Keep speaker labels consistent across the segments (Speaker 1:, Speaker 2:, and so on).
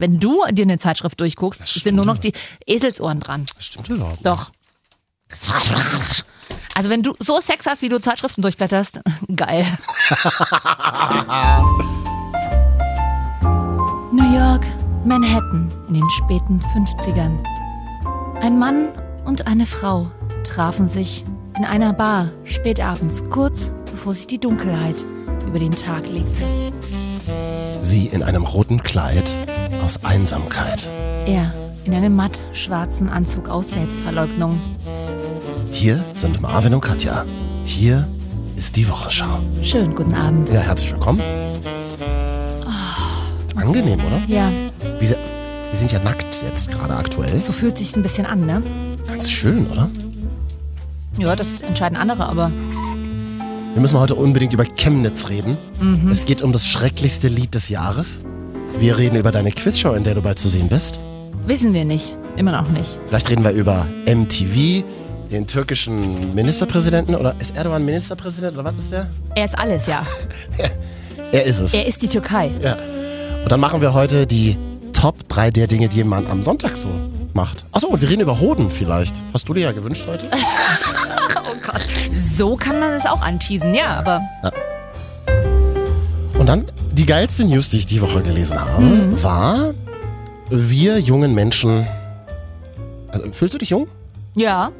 Speaker 1: Wenn du dir eine Zeitschrift durchguckst,
Speaker 2: Das
Speaker 1: sind nur noch
Speaker 2: stimmt
Speaker 1: die Eselsohren dran.
Speaker 2: Das stimmt überhaupt
Speaker 1: Doch. Also wenn du so Sex hast, wie du Zeitschriften durchblätterst, geil. New York, Manhattan in den späten 50ern. Ein Mann und eine Frau trafen sich in einer Bar spätabends, kurz bevor sich die Dunkelheit über den Tag legte.
Speaker 2: nicht. Sie in einem roten Kleid aus Einsamkeit.
Speaker 1: Er in einem matt schwarzen Anzug aus Selbstverleugnung.
Speaker 2: Hier sind Marvin und Katja. Hier ist die Wochenschau.
Speaker 1: Schönen guten Abend.
Speaker 2: Ja, herzlich willkommen. Ah. Angenehm, oder?
Speaker 1: Ja,
Speaker 2: Wir, wir sind ja nackt jetzt gerade aktuell.
Speaker 1: so fühlt sich's ein bisschen an, ne?
Speaker 2: Ganz schön, oder?
Speaker 1: Ja, das entscheiden andere, aber
Speaker 2: Wir müssen heute unbedingt über Chemnitz reden. Es geht um das schrecklichste Lied des Jahres. Wir reden über deine Quizshow, in der du bald zu sehen bist.
Speaker 1: wissen wir nicht. Immer noch nicht.
Speaker 2: Vielleicht reden wir über MTV, den türkischen Ministerpräsidenten. Oder ist Erdogan Ministerpräsident oder was ist der?
Speaker 1: Er ist alles, ja.
Speaker 2: Er ist es.
Speaker 1: Er ist die Türkei.
Speaker 2: Ja. Und dann machen wir heute die Top 3 der Dinge, die man am Sonntag so macht. Achso, und wir reden über Hoden vielleicht. Hast du dir ja gewünscht heute?
Speaker 1: Oh So kann man es auch anteasen, ja, aber
Speaker 2: Und dann die geilste News, die ich die Woche gelesen habe,
Speaker 1: Mhm.
Speaker 2: war, wir jungen Menschen. Also, fühlst du dich jung?
Speaker 1: ja.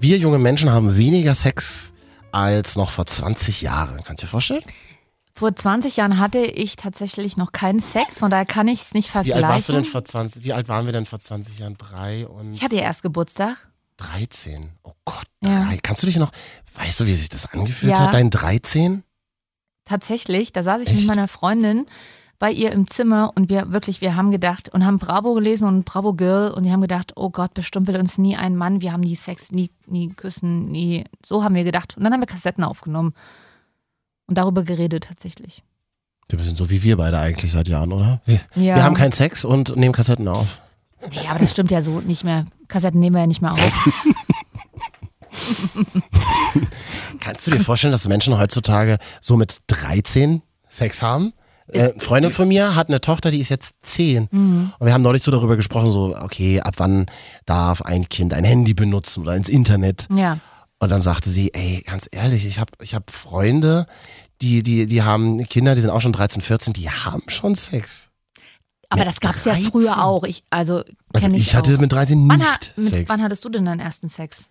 Speaker 2: Wir junge Menschen haben weniger Sex als noch vor 20 Jahren. Kannst du dir vorstellen?
Speaker 1: Vor 20 Jahren hatte ich tatsächlich noch keinen Sex, von daher kann ich es nicht
Speaker 2: Wie
Speaker 1: vergleichen.
Speaker 2: alt, warst du denn vor 20, wie alt waren wir denn vor 20 Jahren? Drei und
Speaker 1: ich hatte ja erst Geburtstag.
Speaker 2: 13. Oh Gott,
Speaker 1: Ja.
Speaker 2: drei. Kannst du dich noch. Weißt du, wie sich das angefühlt
Speaker 1: Ja.
Speaker 2: hat, dein 13?
Speaker 1: Tatsächlich, da saß ich mit
Speaker 2: Echt?
Speaker 1: meiner Freundin bei ihr im Zimmer und wir wirklich, wir haben gedacht und haben Bravo gelesen und Bravo Girl und wir haben gedacht, oh Gott, bestimmt will uns nie ein Mann, wir haben nie Sex, nie, nie küssen, nie. So haben wir gedacht. Und dann haben wir Kassetten aufgenommen und darüber geredet tatsächlich.
Speaker 2: Wir sind so wie wir beide eigentlich seit Jahren, oder? Wir,
Speaker 1: Ja.
Speaker 2: wir haben keinen Sex und nehmen Kassetten auf.
Speaker 1: Nee, aber das stimmt ja so nicht mehr. Kassetten nehmen wir ja nicht mehr auf.
Speaker 2: Kannst du dir vorstellen, dass Menschen heutzutage so mit 13 Sex haben? Äh, eine Freundin von mir hat eine Tochter, die ist jetzt 10.
Speaker 1: Mhm.
Speaker 2: Und wir haben neulich so darüber gesprochen, so, okay, ab wann darf ein Kind ein Handy benutzen oder ins Internet?
Speaker 1: Ja.
Speaker 2: Und dann sagte sie, ey, ganz ehrlich, ich habe ich hab Freunde, die, die, die haben Kinder, die sind auch schon 13, 14, die haben schon Sex.
Speaker 1: Aber
Speaker 2: Mit
Speaker 1: das gab es ja
Speaker 2: 13?
Speaker 1: früher auch. Ich, also,
Speaker 2: Also
Speaker 1: kenn
Speaker 2: ich, hatte
Speaker 1: auch.
Speaker 2: mit 13
Speaker 1: wann, ha-
Speaker 2: nicht
Speaker 1: mit,
Speaker 2: Sex.
Speaker 1: Wann hattest du denn deinen ersten Sex?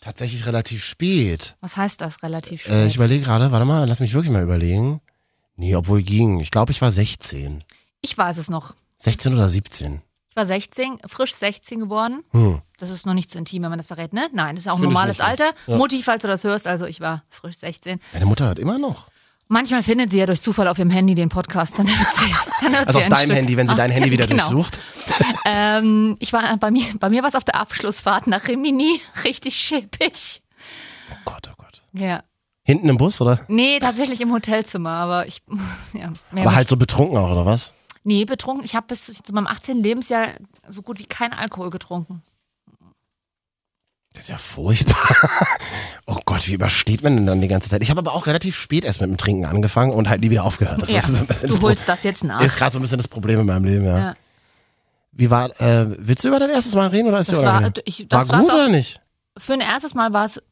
Speaker 2: Tatsächlich relativ spät.
Speaker 1: Was heißt das relativ
Speaker 2: Äh, ich
Speaker 1: spät?
Speaker 2: überlege gerade, warte mal, lass mich wirklich mal überlegen. Nee, obwohl ging. Ich glaube, ich war 16.
Speaker 1: ich weiß es noch.
Speaker 2: 16 oder 17.
Speaker 1: Ich war 16, frisch 16 geworden.
Speaker 2: Hm.
Speaker 1: Das ist noch nicht zu intim, wenn man das verrät, ne? Nein, das ist auch ein
Speaker 2: Find ich
Speaker 1: normales
Speaker 2: nicht, ne?
Speaker 1: Alter.
Speaker 2: Ja.
Speaker 1: Mutti, falls du das hörst, also ich war frisch 16.
Speaker 2: Deine Mutter hört immer noch.
Speaker 1: Manchmal findet sie ja durch Zufall auf ihrem Handy den Podcast, dann hört sie, dann hört
Speaker 2: Also
Speaker 1: sie
Speaker 2: auf
Speaker 1: ein
Speaker 2: deinem
Speaker 1: Stück.
Speaker 2: Handy, wenn sie
Speaker 1: Ah,
Speaker 2: dein Handy wieder
Speaker 1: genau.
Speaker 2: durchsucht.
Speaker 1: Ähm, ich war bei mir, bei mir war es auf der Abschlussfahrt nach Rimini richtig schäbig.
Speaker 2: Oh Gott, oh Gott.
Speaker 1: Ja.
Speaker 2: Hinten im Bus, oder?
Speaker 1: Nee, tatsächlich im Hotelzimmer, aber ich. Ja, mehr
Speaker 2: Aber halt so betrunken auch, oder was?
Speaker 1: Nee, betrunken. Ich habe bis zu meinem 18. Lebensjahr so gut wie keinen Alkohol getrunken.
Speaker 2: Das ist ja furchtbar. Oh Gott, wie übersteht man denn dann die ganze Zeit? Ich habe aber auch relativ spät erst mit dem Trinken angefangen und halt nie wieder aufgehört. Das
Speaker 1: ja.
Speaker 2: ist so ein bisschen das
Speaker 1: du
Speaker 2: Pro-
Speaker 1: holst das jetzt nach.
Speaker 2: ist gerade so ein bisschen das Problem in meinem Leben, ja.
Speaker 1: Ja.
Speaker 2: Wie war, äh, willst du über dein erstes Mal reden oder ist
Speaker 1: Das
Speaker 2: dir
Speaker 1: war-
Speaker 2: unangenehm?
Speaker 1: ich- das
Speaker 2: war gut
Speaker 1: war's auch-
Speaker 2: oder nicht?
Speaker 1: Für ein erstes Mal war es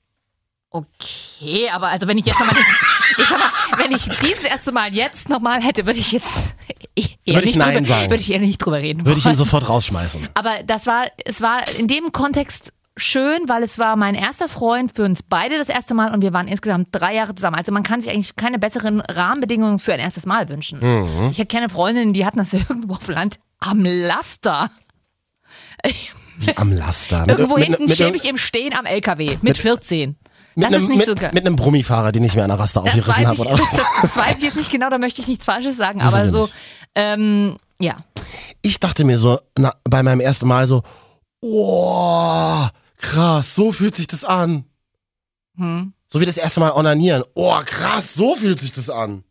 Speaker 1: okay, aber also wenn ich jetzt nochmal, ich sag mal, wenn ich dieses erste Mal jetzt nochmal hätte, würde ich jetzt eher
Speaker 2: Würde
Speaker 1: nicht
Speaker 2: ich Nein
Speaker 1: drüber,
Speaker 2: sagen.
Speaker 1: würde ich eher nicht drüber reden.
Speaker 2: Würde ich ihn
Speaker 1: wollen.
Speaker 2: sofort rausschmeißen.
Speaker 1: Aber das war, es war in dem Kontext schön, weil es war mein erster Freund für uns beide das erste Mal und wir waren insgesamt drei Jahre zusammen. Also man kann sich eigentlich keine besseren Rahmenbedingungen für ein erstes Mal wünschen.
Speaker 2: Mhm.
Speaker 1: Ich kenne Freundinnen, die hatten das irgendwo auf dem Land am Laster.
Speaker 2: Wie am Laster. Mit-
Speaker 1: Irgendwo
Speaker 2: mit,
Speaker 1: hinten
Speaker 2: mit,
Speaker 1: schäbig im Stehen am LKW mit, 14.
Speaker 2: mit,
Speaker 1: das
Speaker 2: einem,
Speaker 1: ist nicht
Speaker 2: mit,
Speaker 1: so geil.
Speaker 2: mit einem Brummifahrer, den ich mir an der Raste
Speaker 1: Das weiß,
Speaker 2: aufgerissen habe.
Speaker 1: ich,
Speaker 2: Oder? was?
Speaker 1: das weiß ich jetzt nicht genau, da möchte ich nichts Falsches sagen,
Speaker 2: Wissen
Speaker 1: aber
Speaker 2: wir
Speaker 1: so,
Speaker 2: nicht.
Speaker 1: ähm, ja.
Speaker 2: Ich dachte mir so na, bei meinem ersten Mal so, oh, krass, so fühlt sich das an.
Speaker 1: Hm.
Speaker 2: So wie das erste Mal onanieren. Oh, krass, so fühlt sich das an.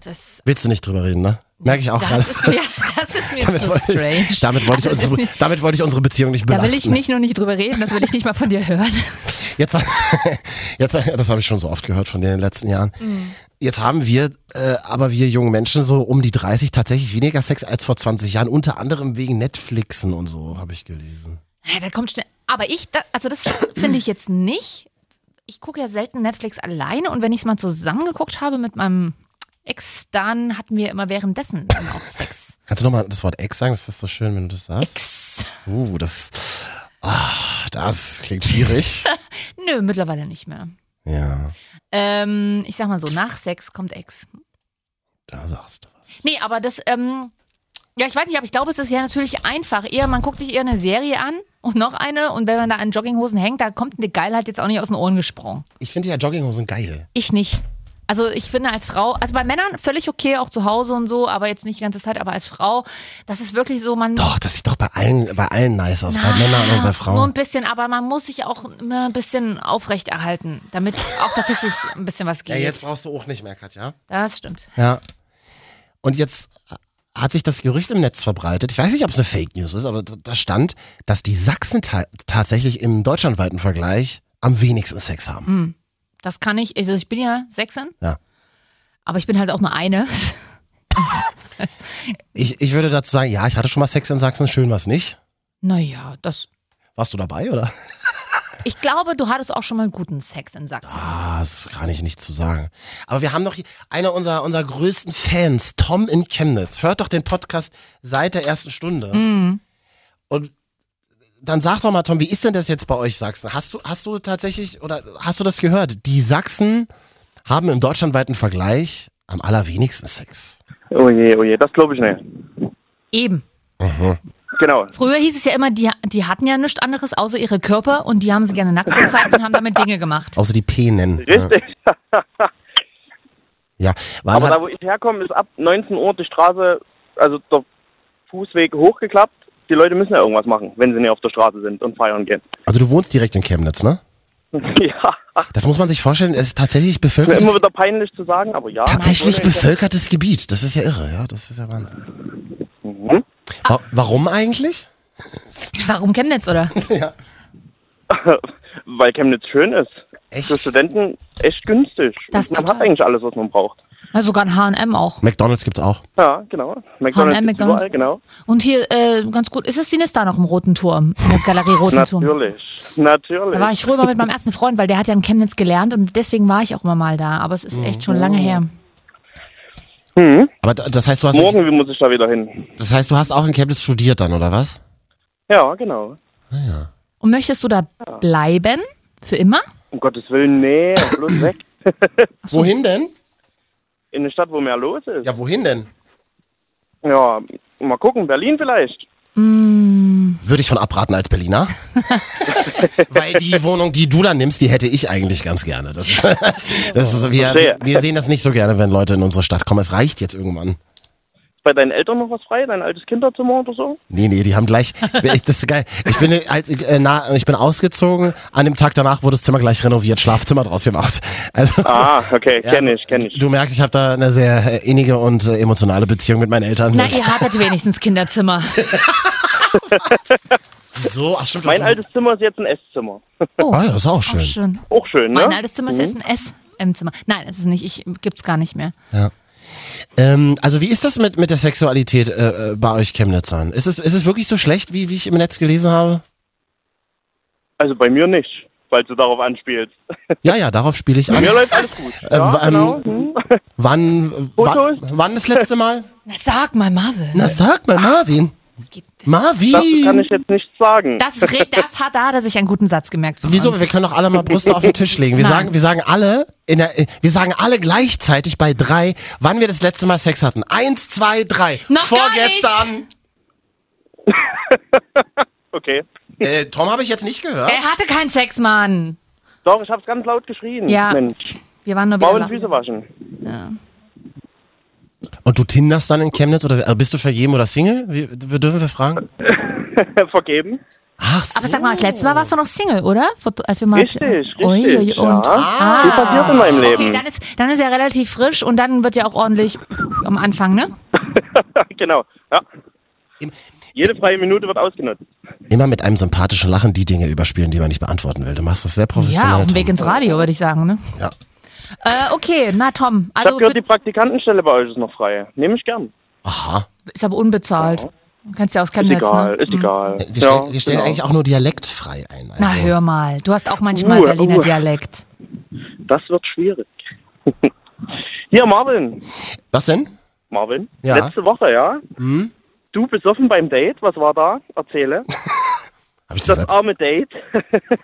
Speaker 1: Das,
Speaker 2: Willst du nicht drüber reden, ne? Merke ich auch
Speaker 1: das,
Speaker 2: alles.
Speaker 1: ist mir, das ist mir
Speaker 2: damit,
Speaker 1: zu
Speaker 2: wollte
Speaker 1: strange.
Speaker 2: ich, damit, wollte ich
Speaker 1: Also das ist
Speaker 2: unsere, damit wollte ich unsere Beziehung nicht
Speaker 1: Da
Speaker 2: belasten.
Speaker 1: will ich nicht nur nicht drüber reden, das will ich nicht mal von dir hören.
Speaker 2: Jetzt, jetzt, das habe ich schon so oft gehört von dir in den letzten Jahren.
Speaker 1: Mhm.
Speaker 2: Jetzt haben wir, äh, aber wir jungen Menschen so um die 30 tatsächlich weniger Sex als vor 20 Jahren, unter anderem wegen Netflixen und so, habe ich gelesen.
Speaker 1: Ja, da kommt schnell. Aber ich, da, also das finde ich jetzt nicht. Ich gucke ja selten Netflix alleine und wenn ich es mal zusammengeguckt habe mit meinem Ex, dann hatten wir immer währenddessen dann auch Sex.
Speaker 2: Kannst du nochmal das Wort Ex sagen? Das ist so schön, wenn du das sagst.
Speaker 1: Ex.
Speaker 2: Uh, das, ah, das klingt schwierig.
Speaker 1: Nö, mittlerweile nicht mehr.
Speaker 2: ja,
Speaker 1: Ähm, ich sag mal so, nach Sex kommt Ex.
Speaker 2: da sagst du was.
Speaker 1: Nee, aber das, ähm, ja, ich weiß nicht, aber ich glaube, es ist ja natürlich einfach. Eher, man guckt sich eher eine Serie an und noch eine und wenn man da an Jogginghosen hängt, da kommt eine Geilheit jetzt auch nicht aus den Ohren gesprungen.
Speaker 2: Ich finde ja Jogginghosen geil.
Speaker 1: Ich nicht. Also ich finde als Frau, also bei Männern völlig okay, auch zu Hause und so, aber jetzt nicht die ganze Zeit, aber als Frau, das ist wirklich so, man.
Speaker 2: Doch, das sieht doch bei allen, bei allen nice aus, bei
Speaker 1: Ah,
Speaker 2: Männern und bei
Speaker 1: Nur
Speaker 2: Frauen.
Speaker 1: ein bisschen, aber man muss sich auch immer ein bisschen aufrechterhalten, damit auch tatsächlich ein bisschen was
Speaker 2: Ja,
Speaker 1: geht.
Speaker 2: jetzt brauchst du auch nicht mehr, Katja.
Speaker 1: Das stimmt.
Speaker 2: Ja. Und jetzt hat sich das Gerücht im Netz verbreitet. Ich weiß nicht, ob es eine Fake News ist, aber da da stand, dass die Sachsen ta tatsächlich im deutschlandweiten Vergleich am wenigsten Sex haben.
Speaker 1: Das kann ich. Also ich bin ja Sechsin.
Speaker 2: Ja.
Speaker 1: Aber ich bin halt auch nur eine.
Speaker 2: Ich, ich würde dazu sagen, ja, ich hatte schon mal Sex in Sachsen, schön was nicht.
Speaker 1: Naja, das.
Speaker 2: Warst du dabei, oder?
Speaker 1: Ich glaube, du hattest auch schon mal guten Sex in Sachsen.
Speaker 2: Ah, das kann ich nicht zu sagen. Aber wir haben noch hier- einer unserer, unserer größten Fans, Tom in Chemnitz. Hört doch den Podcast seit der ersten Stunde. Und dann sag doch mal, Tom, wie ist denn das jetzt bei euch Sachsen? Hast du, hast du tatsächlich, oder hast du das gehört? Die Sachsen haben im deutschlandweiten Vergleich am allerwenigsten Sex.
Speaker 3: Oh je, oh je, das glaube ich nicht.
Speaker 1: Eben.
Speaker 3: Genau.
Speaker 1: Früher hieß es ja immer, die, die hatten ja nichts anderes außer ihre Körper und die haben sie gerne nackt gezeigt und haben damit Dinge gemacht.
Speaker 2: Außer die P nennen. Ja.
Speaker 3: Richtig.
Speaker 2: ja. halt, Wann
Speaker 3: Aber
Speaker 2: hat,
Speaker 3: da, wo ich herkomme, ist ab 19 Uhr die Straße, also der Fußweg hochgeklappt. Die Leute müssen ja irgendwas machen, wenn sie nicht auf der Straße sind und feiern gehen.
Speaker 2: also du wohnst direkt in Chemnitz, ne?
Speaker 3: ja,
Speaker 2: Das muss man sich vorstellen, es ist tatsächlich
Speaker 3: ist mir
Speaker 2: bevölkertes
Speaker 3: immer wieder peinlich zu sagen, aber ja.
Speaker 2: Tatsächlich
Speaker 3: Nein, ich wohne
Speaker 2: bevölkertes Gebiet. Das ist ja irre, ja. Das ist ja Wahnsinn.
Speaker 3: in Chemnitz. Mhm.
Speaker 2: Wa warum eigentlich?
Speaker 1: Warum Chemnitz, oder?
Speaker 3: Weil Chemnitz schön ist.
Speaker 2: Echt?
Speaker 3: Für Studenten echt günstig.
Speaker 1: Das
Speaker 3: man
Speaker 1: total.
Speaker 3: hat eigentlich alles, was man braucht.
Speaker 1: Ja, sogar ein H&M auch.
Speaker 2: McDonalds gibt's auch.
Speaker 3: Ja, genau. McDonalds,
Speaker 1: H&M,
Speaker 3: ist
Speaker 1: McDonald's.
Speaker 3: überall, genau.
Speaker 1: Und hier, äh, ganz gut, ist das Sinister noch im Roten Turm? In der Galerie Roten Turm.
Speaker 3: genau. Natürlich. Natürlich.
Speaker 1: Da war ich früher mal mit meinem ersten Freund, weil der hat ja in Chemnitz gelernt und deswegen war ich auch immer mal da. Aber es ist echt schon lange her.
Speaker 3: mhm.
Speaker 2: Aber da- das heißt, du hast,
Speaker 3: Morgen muss ich da wieder hin.
Speaker 2: das heißt, du hast auch in Chemnitz studiert dann, oder was?
Speaker 3: Ja, genau.
Speaker 2: Naja.
Speaker 1: Und möchtest du da bleiben? Für immer?
Speaker 3: Um Gottes Willen, nee, bloß weg.
Speaker 2: Wohin denn?
Speaker 3: In eine Stadt, wo mehr los ist.
Speaker 2: Ja, wohin denn?
Speaker 3: Ja, mal gucken, Berlin vielleicht.
Speaker 2: Würde ich von abraten als Berliner. Weil die Wohnung, die du da nimmst, die hätte ich eigentlich ganz gerne. Das, das ist, wir,
Speaker 3: Verstehe.
Speaker 2: wir sehen das nicht so gerne, wenn Leute in unsere Stadt kommen. Es reicht jetzt irgendwann.
Speaker 3: Ist bei deinen Eltern noch was frei? Dein altes Kinderzimmer oder so?
Speaker 2: Nee, nee, die haben gleich. Ich bin, ich, das ist geil. Ich bin, als, äh, na, ich bin ausgezogen. An dem Tag danach wurde das Zimmer gleich renoviert, Schlafzimmer draus gemacht. Also,
Speaker 3: Ah, okay,
Speaker 2: Ja,
Speaker 3: kenne ich, kenne ich.
Speaker 2: Du merkst, ich habe da eine sehr äh, innige und äh, emotionale Beziehung mit meinen Eltern.
Speaker 1: Na, ihr hattet wenigstens Kinderzimmer.
Speaker 2: so, ach stimmt. du
Speaker 3: mein
Speaker 2: hast-
Speaker 3: altes Zimmer ist jetzt ein Esszimmer.
Speaker 2: Ah, ja, das ist auch schön.
Speaker 1: Auch schön.
Speaker 3: Auch schön, ne?
Speaker 1: Mein altes Zimmer ist SM-Zimmer. Nein, es ist nicht. Ich gibt's gar nicht mehr.
Speaker 2: Ähm, also wie ist das mit, mit der Sexualität äh, äh, bei euch Chemnitzern? Ist es, ist es wirklich so schlecht, wie, wie ich im Netz gelesen habe?
Speaker 3: Also bei mir nicht, weil du darauf anspielst.
Speaker 2: Ja, ja, darauf spiele ich
Speaker 3: Bei
Speaker 2: an.
Speaker 3: mir läuft alles gut.
Speaker 2: ähm,
Speaker 3: Ja, genau. Hm.
Speaker 2: Wann, wann,
Speaker 3: Fotos?
Speaker 2: wann das letzte Mal?
Speaker 1: Na, sag mal, Marvel.
Speaker 2: Na sag mal, Marvin.
Speaker 1: das, geht, das,
Speaker 2: Marvin.
Speaker 3: Das kann ich jetzt nicht sagen.
Speaker 1: das ist richtig. Das hat da, dass ich einen guten Satz gemerkt von
Speaker 2: Wieso?
Speaker 1: Uns.
Speaker 2: Wir können doch alle mal Brüste auf den Tisch legen. Wir
Speaker 1: Nein.
Speaker 2: sagen, wir sagen alle, in der, äh, wir sagen alle gleichzeitig bei drei, wann wir das letzte Mal Sex hatten. Eins, zwei, drei.
Speaker 1: Noch gar
Speaker 2: Vorgestern.
Speaker 3: Okay.
Speaker 2: Äh, Tom habe ich jetzt nicht gehört.
Speaker 1: Er hatte keinen Sex, Mann.
Speaker 3: Doch, ich hab's ganz laut geschrien.
Speaker 1: Ja.
Speaker 3: Mensch.
Speaker 1: Wir waren nur wieder.
Speaker 3: Maul und
Speaker 1: lachen.
Speaker 3: Füße waschen.
Speaker 2: Und du tinderst dann in Chemnitz oder äh, bist du vergeben oder Single? Wir, wir dürfen wir fragen.
Speaker 3: Vergeben.
Speaker 2: Ach so.
Speaker 1: Aber sag mal, das letzte Mal warst du noch Single, oder? Vor- Als wir mal
Speaker 3: Richtig, richtig,
Speaker 1: Ui, ui,
Speaker 3: ja.
Speaker 1: und,
Speaker 3: Viel passiert in meinem Leben.
Speaker 1: Okay, dann ist, dann ist er relativ frisch und dann wird ja auch ordentlich am Anfang, ne?
Speaker 3: genau. Ja. Jede freie Minute wird ausgenutzt.
Speaker 2: Immer mit einem sympathischen Lachen die Dinge überspielen, die man nicht beantworten will. Du machst das sehr professionell.
Speaker 1: Ja, auf dem
Speaker 2: Tom.
Speaker 1: Weg ins Radio, würde ich sagen, ne?
Speaker 2: Ja.
Speaker 1: Äh, okay, na Tom,
Speaker 3: Ich habe
Speaker 1: also
Speaker 3: gehört,
Speaker 1: für,
Speaker 3: die Praktikantenstelle bei euch ist noch frei. Nehme ich gern.
Speaker 2: Aha.
Speaker 1: ist aber unbezahlt. Du kannst ja aus
Speaker 3: Ist
Speaker 1: Chemnitz,
Speaker 3: egal,
Speaker 1: ne?
Speaker 3: ist egal.
Speaker 2: Äh, Wir, stellen- wir stellen
Speaker 3: genau.
Speaker 2: eigentlich auch nur dialektfrei ein. Also,
Speaker 1: Na hör mal, du hast auch manchmal
Speaker 3: Uhr,
Speaker 1: Berliner
Speaker 3: Uhr.
Speaker 1: Dialekt.
Speaker 3: Das wird schwierig. Hier, Marvin.
Speaker 2: Was denn?
Speaker 3: Marvin,
Speaker 2: Ja.
Speaker 3: letzte Woche, ja?
Speaker 1: Mhm.
Speaker 3: Du besoffen beim Date, was war da? Erzähle.
Speaker 2: Habe ich, das
Speaker 3: Das
Speaker 2: als-
Speaker 3: arme Date.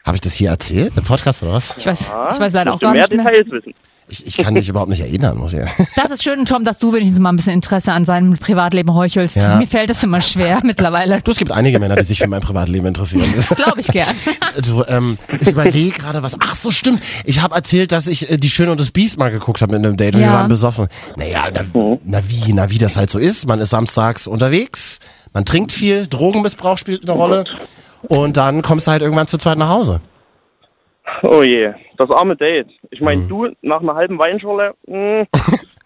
Speaker 2: hab ich das hier erzählt? Im Podcast oder was?
Speaker 1: Ich weiß, ich weiß leider auch
Speaker 3: Musst du
Speaker 1: gar
Speaker 3: mehr
Speaker 1: nicht mehr.
Speaker 3: Details wissen.
Speaker 2: Ich, ich kann mich überhaupt nicht erinnern, muss ich.
Speaker 1: Das ist schön, Tom, dass du wenigstens mal ein bisschen Interesse an seinem Privatleben heuchelst.
Speaker 2: Ja.
Speaker 1: Mir fällt das immer schwer mittlerweile.
Speaker 2: Du, es gibt einige Männer, die sich für mein Privatleben interessieren.
Speaker 1: Das glaube ich gern.
Speaker 2: Also, ähm, ich überlege gerade was. Ach so, stimmt. Ich habe erzählt, dass ich äh, die Schöne und das Biest mal geguckt habe mit einem Date und wir
Speaker 1: Ja.
Speaker 2: waren besoffen. Naja, na, na wie, na wie das halt so ist. Man ist samstags unterwegs, man trinkt viel, Drogenmissbrauch spielt eine Rolle und dann kommst du halt irgendwann zu zweit nach Hause.
Speaker 3: Oh je, das arme Date. Ich meine,
Speaker 1: Mhm.
Speaker 3: du nach einer halben Weinschorle, mh,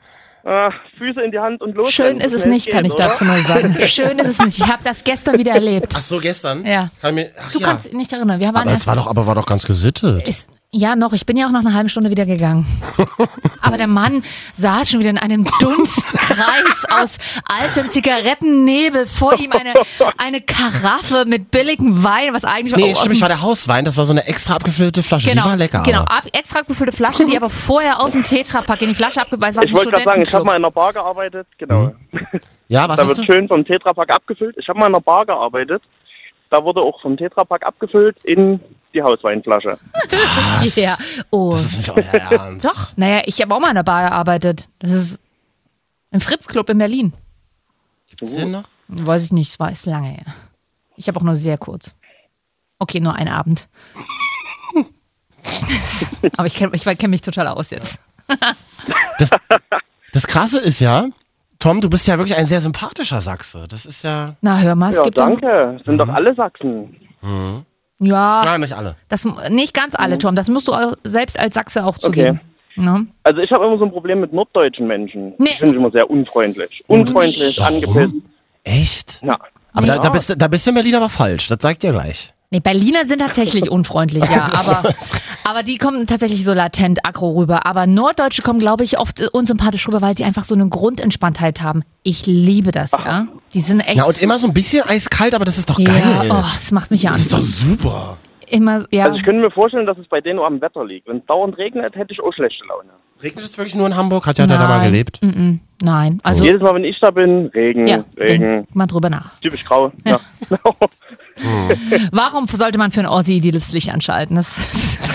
Speaker 3: äh, Füße in die Hand und los.
Speaker 1: Schön
Speaker 3: dann,
Speaker 1: ist es
Speaker 3: schnell
Speaker 1: nicht, kann ich
Speaker 3: geht,
Speaker 1: dazu
Speaker 3: oder?
Speaker 1: nur sagen. Schön ist es nicht. Ich habe es erst gestern wieder erlebt.
Speaker 2: Ach so, gestern?
Speaker 1: Ja.
Speaker 2: Kann ich mir, ach
Speaker 1: Du
Speaker 2: ja.
Speaker 1: kannst dich nicht erinnern. Wir waren
Speaker 2: aber es
Speaker 1: erst,
Speaker 2: war doch, aber war doch ganz gesittet.
Speaker 1: ist, ja noch, ich bin ja auch nach einer halben Stunde wieder gegangen. Aber der Mann saß schon wieder in einem Dunstkreis aus altem Zigarettennebel. Vor ihm eine, eine Karaffe mit billigem Wein, was eigentlich
Speaker 2: Nee,
Speaker 1: oh, aus
Speaker 2: stimmt, ich
Speaker 1: dem-
Speaker 2: war der Hauswein, das war so eine extra abgefüllte Flasche.
Speaker 1: Genau,
Speaker 2: die war lecker.
Speaker 1: genau.
Speaker 2: aber.
Speaker 1: Ab, extra gefüllte Flasche, die aber vorher aus dem Tetrapack in die Flasche abgeweißt war.
Speaker 3: Ich wollte gerade sagen, ich habe mal in einer Bar gearbeitet, genau.
Speaker 1: Mhm.
Speaker 2: Ja, was
Speaker 3: Da
Speaker 2: hast
Speaker 3: wird
Speaker 2: du?
Speaker 3: schön vom Tetrapack abgefüllt. Ich habe mal in einer Bar gearbeitet. Da wurde auch vom Tetrapack abgefüllt in die Hausweinflasche.
Speaker 1: Ja. Oh.
Speaker 2: Das ist nicht euer Ernst.
Speaker 1: Doch. Naja, ich habe auch mal in der Bar gearbeitet. Das ist im Fritz-Club in Berlin.
Speaker 2: Gibt's den noch?
Speaker 1: Weiß ich nicht, es war ist lange her. Ich habe auch nur sehr kurz. Okay, nur einen Abend. Aber ich kenne ich kenn mich total aus jetzt.
Speaker 2: Das, das Krasse ist ja, Tom, du bist ja wirklich ein sehr sympathischer Sachse. Das ist ja.
Speaker 1: Na, hör mal, es
Speaker 3: Ja,
Speaker 1: gibt doch. Mhm.
Speaker 3: danke. Sind doch alle Sachsen.
Speaker 1: Ja,
Speaker 2: Nein, nicht alle.
Speaker 1: das, nicht ganz
Speaker 2: Mhm.
Speaker 1: alle, Tom. Das musst du auch selbst als Sachse auch zugeben. Ne?
Speaker 3: Also ich habe immer so ein Problem mit norddeutschen Menschen.
Speaker 1: Nee. Mhm.
Speaker 3: Die finde ich immer sehr unfreundlich. Unfreundlich,
Speaker 2: Warum?
Speaker 3: angepisst.
Speaker 2: Echt?
Speaker 3: Ja.
Speaker 2: Aber da, da,
Speaker 3: Ja.
Speaker 2: bist, du- da bist du in Berlin aber falsch. Das zeigt dir gleich.
Speaker 1: Nee, Berliner sind tatsächlich unfreundlich, ja. Aber, aber die kommen tatsächlich so latent aggro rüber. Aber Norddeutsche kommen, glaube ich, oft äh, unsympathisch rüber, weil sie einfach so eine Grundentspanntheit haben. Ich liebe das, ja. Die sind echt.
Speaker 2: Ja, und immer so ein bisschen eiskalt, aber das ist doch
Speaker 1: ja,
Speaker 2: geil.
Speaker 1: oh, das macht mich ja
Speaker 2: Das
Speaker 1: an.
Speaker 2: ist doch super.
Speaker 1: Immer, ja.
Speaker 3: Also ich könnte mir vorstellen, dass es bei denen nur am Wetter liegt. Wenn es dauernd regnet, hätte ich auch schlechte Laune.
Speaker 2: Regnet es wirklich nur in Hamburg? Hat ja der da mal
Speaker 1: Nein.
Speaker 2: gelebt.
Speaker 1: Mm-mm, nein, also.
Speaker 3: Jedes Mal, wenn ich da bin, Regen,
Speaker 1: Ja,
Speaker 3: Regen.
Speaker 1: denk mal drüber nach.
Speaker 3: Typisch grau. Ja.
Speaker 1: Warum sollte man für einen Aussie die das Licht anschalten? Das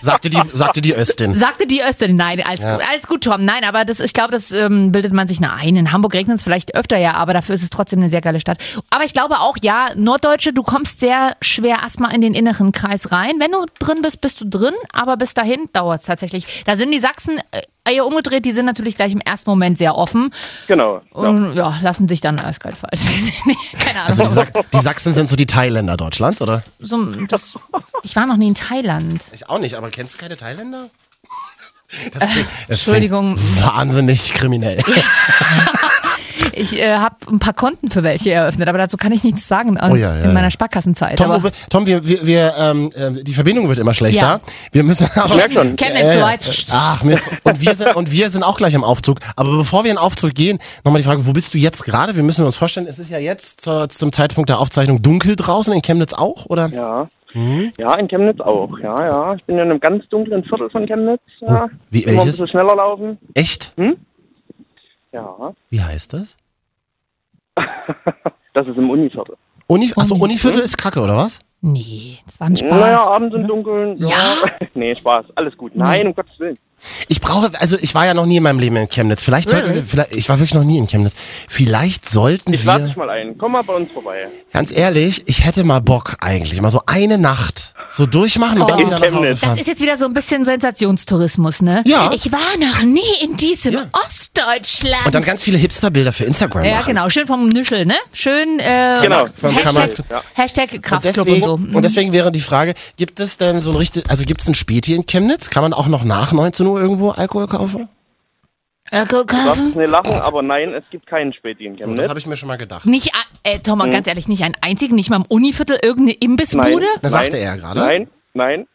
Speaker 2: Sagte die, sagte die Östin.
Speaker 1: sagte die Österin. Nein, alles, gut, alles gut, Tom. Nein, aber das, ich glaube, das ähm, bildet man sich na ein. In Hamburg regnet es vielleicht öfter, ja, aber dafür ist es trotzdem eine sehr geile Stadt. Aber ich glaube auch, ja, Norddeutsche, du kommst sehr schwer erstmal in den inneren Kreis rein. Wenn du drin bist, bist du drin, aber bis dahin dauert es tatsächlich. Da sind die Sachsen äh, eher umgedreht, die sind natürlich gleich im ersten Moment sehr offen
Speaker 3: Genau. Ja.
Speaker 1: und ja, lassen sich dann eiskalt fallen. nee, keine Ahnung.
Speaker 2: Also die, Sach- die Sachsen sind so die Thailänder Deutschlands, oder?
Speaker 1: so, das, ich war noch nie in Thailand.
Speaker 2: Ich auch nicht, aber kennst du keine Thailänder? Das klingt, das klingt
Speaker 1: Entschuldigung.
Speaker 2: Wahnsinnig kriminell.
Speaker 1: Ich äh, habe ein paar Konten für welche eröffnet, aber dazu kann ich nichts sagen an,
Speaker 2: Oh ja, ja,
Speaker 1: in meiner
Speaker 2: ja.
Speaker 1: Sparkassenzeit.
Speaker 2: Tom,
Speaker 1: aber
Speaker 2: wo- Tom wir, wir, wir ähm, ähm, die Verbindung wird immer schlechter.
Speaker 1: Ja.
Speaker 2: Wir müssen aber.
Speaker 3: merk schon.
Speaker 1: Kennen
Speaker 2: Äh,
Speaker 1: äh, so weit.
Speaker 2: Ach Mist. Und wir, sind, und wir sind auch gleich im Aufzug. Aber bevor wir in den Aufzug gehen, nochmal die Frage, wo bist du jetzt gerade? Wir müssen uns vorstellen, es ist ja jetzt zur, zum Zeitpunkt der Aufzeichnung dunkel draußen in Chemnitz auch, oder?
Speaker 3: Ja.
Speaker 2: Hm?
Speaker 3: ja, in Chemnitz auch. Ja, ja. Ich bin in einem ganz dunklen Viertel von Chemnitz. Ja.
Speaker 2: Hm. Wie,
Speaker 3: Immer ein
Speaker 2: welches?
Speaker 3: bisschen schneller laufen.
Speaker 2: Echt?
Speaker 3: Ja.
Speaker 2: Wie heißt das?
Speaker 3: Das ist im Univiertel.
Speaker 2: Uni, achso,
Speaker 1: Uni.
Speaker 2: Univiertel ist kacke, oder was?
Speaker 1: Nee, das war ein Spaß.
Speaker 3: Naja, abends im Dunkeln.
Speaker 1: Ja.
Speaker 3: nee, Spaß. Alles
Speaker 2: Hm.
Speaker 3: gut. Nein, um Gottes Willen.
Speaker 2: Ich brauche, also ich war ja noch nie in meinem Leben in Chemnitz. Vielleicht sollten wir, vielleicht, ich war wirklich noch nie in Chemnitz. Vielleicht sollten
Speaker 3: Ich lade
Speaker 2: wir,
Speaker 3: dich mal ein. Komm mal bei uns vorbei.
Speaker 2: ganz ehrlich, ich hätte mal Bock eigentlich, mal so eine Nacht so durchmachen und
Speaker 1: Oh.
Speaker 2: dann wieder nach Hause
Speaker 3: Chemnitz.
Speaker 1: das
Speaker 2: fahren.
Speaker 1: ist jetzt wieder so ein bisschen Sensationstourismus, ne?
Speaker 2: Ja.
Speaker 1: Ich war noch nie in diesem
Speaker 2: Ja.
Speaker 1: Ostdeutschland.
Speaker 2: Und dann ganz viele Hipsterbilder für Instagram
Speaker 1: ja,
Speaker 2: machen.
Speaker 1: genau. Schön vom Nüschel, ne? Schön, äh,
Speaker 3: Genau,
Speaker 2: vom
Speaker 1: Hashtag,
Speaker 2: Kammerclub.
Speaker 3: Ja.
Speaker 1: Hashtag
Speaker 2: Und
Speaker 1: Kraftclub und,
Speaker 2: deswegen,
Speaker 1: so. Mhm.
Speaker 2: und deswegen wäre die Frage, gibt es denn so ein richtig, also gibt es ein Späti in Chemnitz? Kann man auch noch nach 19 Uhr irgendwo Alkohol kaufen?
Speaker 1: Äh, gu-
Speaker 3: Du darfst nicht lachen, aber nein, es gibt keinen Späti in
Speaker 2: So, das
Speaker 3: Chemnitz.
Speaker 2: habe ich mir schon mal gedacht.
Speaker 1: Nicht, a- äh, Tom,
Speaker 3: Mhm.
Speaker 1: mal ganz ehrlich, nicht einen einzigen, nicht mal im Univiertel irgendeine Imbissbude?
Speaker 2: Das
Speaker 3: nein,
Speaker 2: sagte er ja gerade.
Speaker 3: Nein, nein.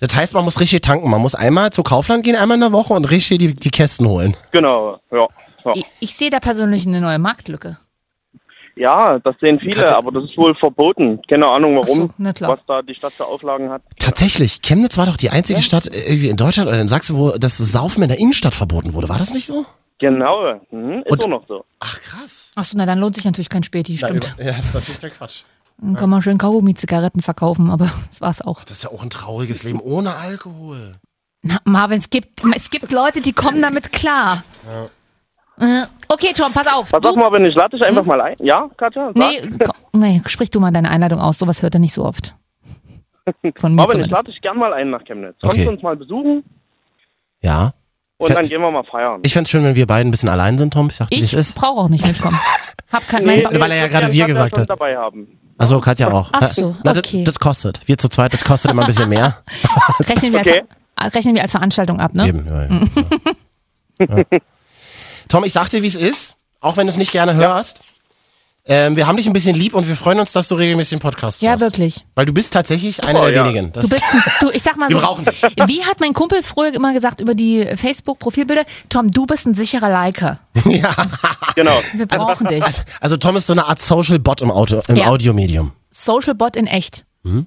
Speaker 2: Das heißt, man muss richtig tanken. Man muss einmal zu Kaufland gehen, einmal in der Woche und richtig die, die Kästen holen.
Speaker 3: Genau, ja. Ja,
Speaker 1: Ich, ich sehe da persönlich eine neue Marktlücke.
Speaker 3: ja das sehen
Speaker 2: Kannst
Speaker 3: viele,
Speaker 2: du-
Speaker 3: aber das ist wohl verboten. Keine Ahnung warum,
Speaker 1: Ach so, na klar.
Speaker 3: was da die Stadt für Auflagen hat.
Speaker 2: Tatsächlich, Chemnitz war doch die einzige Stadt äh, irgendwie in Deutschland oder in Sachsen, wo das Saufen in der Innenstadt verboten wurde. War das nicht so?
Speaker 3: Genau, mhm, ist
Speaker 2: Und-
Speaker 3: auch noch so.
Speaker 2: Ach krass.
Speaker 1: Achso, na dann lohnt sich natürlich kein Späti, stimmt.
Speaker 2: Ja, ist natürlich der Quatsch.
Speaker 1: Dann kann man schön Kaugummi-Zigaretten verkaufen, aber das war's auch.
Speaker 2: Das ist ja auch ein trauriges Leben ohne Alkohol.
Speaker 1: Na, Marvin, es gibt, es gibt Leute, die kommen damit klar. Äh, Okay, Tom, pass auf.
Speaker 3: Pass
Speaker 1: du, Hm?
Speaker 3: auf, Marvin, ich lade dich einfach mal ein. Ja, Katja? Sag.
Speaker 1: nee, komm, nee, sprich du mal deine Einladung aus, sowas hört er nicht so oft. Von mir
Speaker 3: Marvin, ich
Speaker 1: zumindest.
Speaker 3: lade dich gern mal ein nach Chemnitz. Kommst
Speaker 2: Okay.
Speaker 3: du uns mal besuchen
Speaker 2: Ja.
Speaker 3: und
Speaker 2: Ja,
Speaker 3: dann
Speaker 2: ich-
Speaker 3: gehen wir mal feiern.
Speaker 2: Ich fände es schön, wenn wir beiden ein bisschen allein sind, Tom. Ich dachte, wie es
Speaker 1: Ich
Speaker 2: ist.
Speaker 1: brauche auch nicht mitkommen. Hab kein,
Speaker 3: Nee,
Speaker 1: mein,
Speaker 3: nee,
Speaker 2: weil er ja gerade
Speaker 3: ich würd gern
Speaker 2: wir
Speaker 3: Katja
Speaker 2: gesagt
Speaker 3: schon
Speaker 2: hat.
Speaker 3: dabei haben.
Speaker 2: Achso, Also, Katja auch.
Speaker 1: Ach so,
Speaker 2: Na, das-
Speaker 1: okay.
Speaker 2: Das kostet. Wir zu zweit, das kostet immer ein bisschen mehr.
Speaker 1: rechnen, wir
Speaker 3: Okay.
Speaker 1: als, rechnen wir als Veranstaltung ab, ne?
Speaker 2: Eben, ja, ja, ja. Ja. Tom, ich sag dir, wie es ist, auch wenn du es nicht gerne hörst. Ähm, wir haben dich ein bisschen lieb und wir freuen uns, dass du regelmäßig den Podcast
Speaker 1: Ja,
Speaker 2: hörst.
Speaker 1: wirklich.
Speaker 2: Weil du bist tatsächlich einer
Speaker 3: Oh,
Speaker 2: der
Speaker 3: ja.
Speaker 2: wenigen. Das
Speaker 1: Du bist, ein- du, ich sag mal
Speaker 2: Wir
Speaker 1: so,
Speaker 2: brauchen dich.
Speaker 1: wie hat mein Kumpel früher immer gesagt über die Facebook-Profilbilder? Tom, du bist ein sicherer Liker.
Speaker 2: ja.
Speaker 3: Genau.
Speaker 1: Wir brauchen dich.
Speaker 2: Also Tom ist so eine Art Social Bot im, Auto, im
Speaker 1: Ja.
Speaker 2: Audiomedium.
Speaker 1: Social Bot in echt.
Speaker 2: Mhm.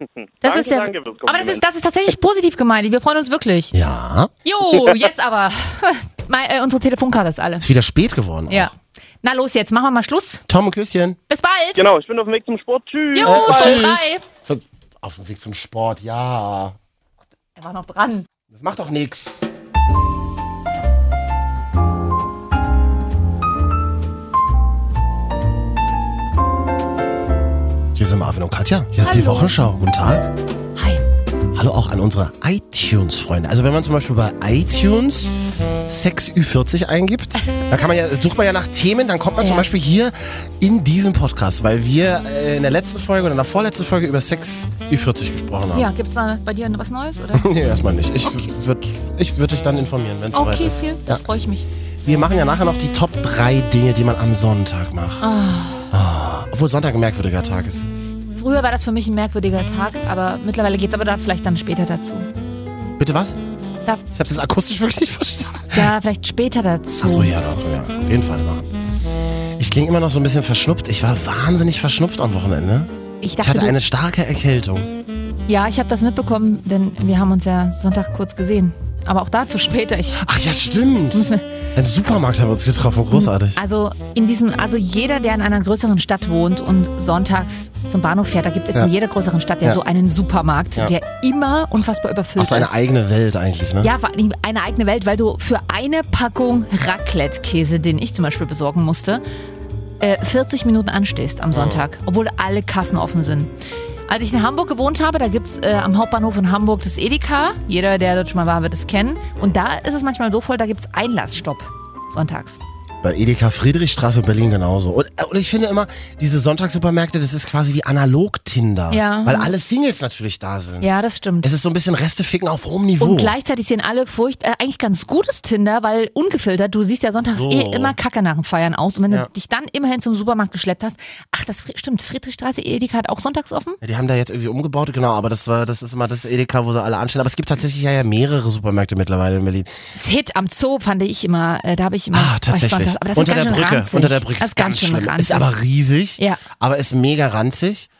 Speaker 1: Das
Speaker 3: Danke,
Speaker 1: ist ja,
Speaker 3: danke fürs
Speaker 1: aber das ist,
Speaker 3: Kompliment.
Speaker 1: das ist tatsächlich positiv gemeint. Wir freuen uns wirklich.
Speaker 2: Ja.
Speaker 1: Jo, jetzt aber. Mal, äh, unsere Telefonkarte ist alle.
Speaker 2: Ist wieder spät geworden.
Speaker 1: Ja.
Speaker 2: Auch.
Speaker 1: Na los jetzt, machen wir mal Schluss.
Speaker 2: Tom, ein Küsschen.
Speaker 1: Bis bald.
Speaker 3: Genau, ich bin auf dem Weg zum Sport. Tschüss.
Speaker 1: Jo,
Speaker 2: Äh,
Speaker 1: Stunde
Speaker 2: tschüss.
Speaker 1: drei.
Speaker 2: Ver- Auf dem Weg zum Sport, ja.
Speaker 1: Er war noch dran.
Speaker 2: Das macht doch nichts. Hier sind Marvin und Katja. Hier ist die
Speaker 1: Hallo.
Speaker 2: Wochenschau. Guten Tag.
Speaker 1: Hi.
Speaker 2: Hallo auch an unsere iTunes-Freunde. Also wenn man zum Beispiel bei iTunes 6Ü40 eingibt, da kann man ja, sucht man ja nach Themen, dann kommt man zum
Speaker 1: Ja.
Speaker 2: Beispiel hier in diesem Podcast, weil wir äh, in der letzten Folge oder in der vorletzten Folge über 6Ü40 gesprochen haben.
Speaker 1: Ja, gibt's da bei dir was Neues oder?
Speaker 2: Nee, erstmal nicht. Ich würde ich würd dich dann informieren, wenn es soweit
Speaker 1: Okay,
Speaker 2: ist.
Speaker 1: viel. Das freue ich mich.
Speaker 2: Wir machen ja nachher noch die Top 3 Dinge, die man am Sonntag macht. Ah, Obwohl Sonntag ein merkwürdiger Tag ist.
Speaker 1: Früher war das für mich ein merkwürdiger Tag, aber mittlerweile geht's aber da vielleicht dann später dazu.
Speaker 2: Bitte was?
Speaker 1: Da,
Speaker 2: Ich habe das akustisch wirklich nicht verstanden.
Speaker 1: da vielleicht später dazu.
Speaker 2: Achso, ja, doch, ja. Auf jeden Fall machen. Ich klinge immer noch so ein bisschen verschnupft. Ich war wahnsinnig verschnupft am Wochenende.
Speaker 1: Ich
Speaker 2: Ich
Speaker 1: dachte,
Speaker 2: hatte
Speaker 1: du-
Speaker 2: eine starke Erkältung.
Speaker 1: ja, ich habe das mitbekommen, denn wir haben uns ja Sonntag kurz gesehen. Aber auch dazu später. Ich,
Speaker 2: Ach ja, stimmt.
Speaker 1: wir-
Speaker 2: Im Supermarkt haben wir uns getroffen. Großartig.
Speaker 1: also in diesem, also jeder, der in einer größeren Stadt wohnt und sonntags zum Bahnhof fährt, da gibt es
Speaker 2: Ja.
Speaker 1: in jeder größeren Stadt ja,
Speaker 2: Ja.
Speaker 1: so einen Supermarkt,
Speaker 2: Ja.
Speaker 1: der immer unfassbar überfüllt
Speaker 2: Ach, so eine
Speaker 1: ist.
Speaker 2: eigene Welt eigentlich, ne?
Speaker 1: Ja, vor allem eine eigene Welt, weil du für eine Packung Raclette-Käse, den ich zum Beispiel besorgen musste, äh, 40 Minuten anstehst am Sonntag, obwohl alle Kassen offen sind. Als ich in Hamburg gewohnt habe, da gibt es äh, am Hauptbahnhof in Hamburg das Edeka. Jeder, der dort schon mal war, wird es kennen. Und da ist es manchmal so voll, da gibt es Einlassstopp sonntags.
Speaker 2: Bei Edeka Friedrichstraße Berlin genauso. Und, äh, und ich finde immer, diese Sonntagssupermärkte, das ist quasi wie Analog-Tinder.
Speaker 1: Ja.
Speaker 2: Weil alle Singles natürlich da sind.
Speaker 1: Ja, das stimmt.
Speaker 2: Es ist so ein bisschen Resteficken auf hohem Niveau.
Speaker 1: Und gleichzeitig sehen alle furcht, äh, eigentlich ganz gutes Tinder, weil ungefiltert, du siehst ja sonntags
Speaker 2: So.
Speaker 1: eh immer Kacke nach dem Feiern aus. Und wenn
Speaker 2: Ja.
Speaker 1: du dich dann immerhin zum Supermarkt geschleppt hast, ach, das Fri- stimmt, Friedrichstraße, Edeka hat auch sonntags offen?
Speaker 2: ja, die haben da jetzt irgendwie umgebaut, genau, aber das war, das ist immer das Edeka, wo sie alle anstellen. Aber es gibt tatsächlich ja, ja mehrere Supermärkte mittlerweile in Berlin.
Speaker 1: Das Hit am Zoo fand ich immer, äh, da habe Oh, ich immer.
Speaker 2: Ah,
Speaker 1: war ich Sonntag,
Speaker 2: tatsächlich.
Speaker 1: aber das
Speaker 2: unter
Speaker 1: ist ganz
Speaker 2: der
Speaker 1: schön
Speaker 2: Brücke.
Speaker 1: Ranzig.
Speaker 2: Unter der Brücke
Speaker 1: das
Speaker 2: ist ganz,
Speaker 1: schön
Speaker 2: schlimm.
Speaker 1: ranzig.
Speaker 2: Ist aber riesig,
Speaker 1: Ja.
Speaker 2: aber ist mega ranzig.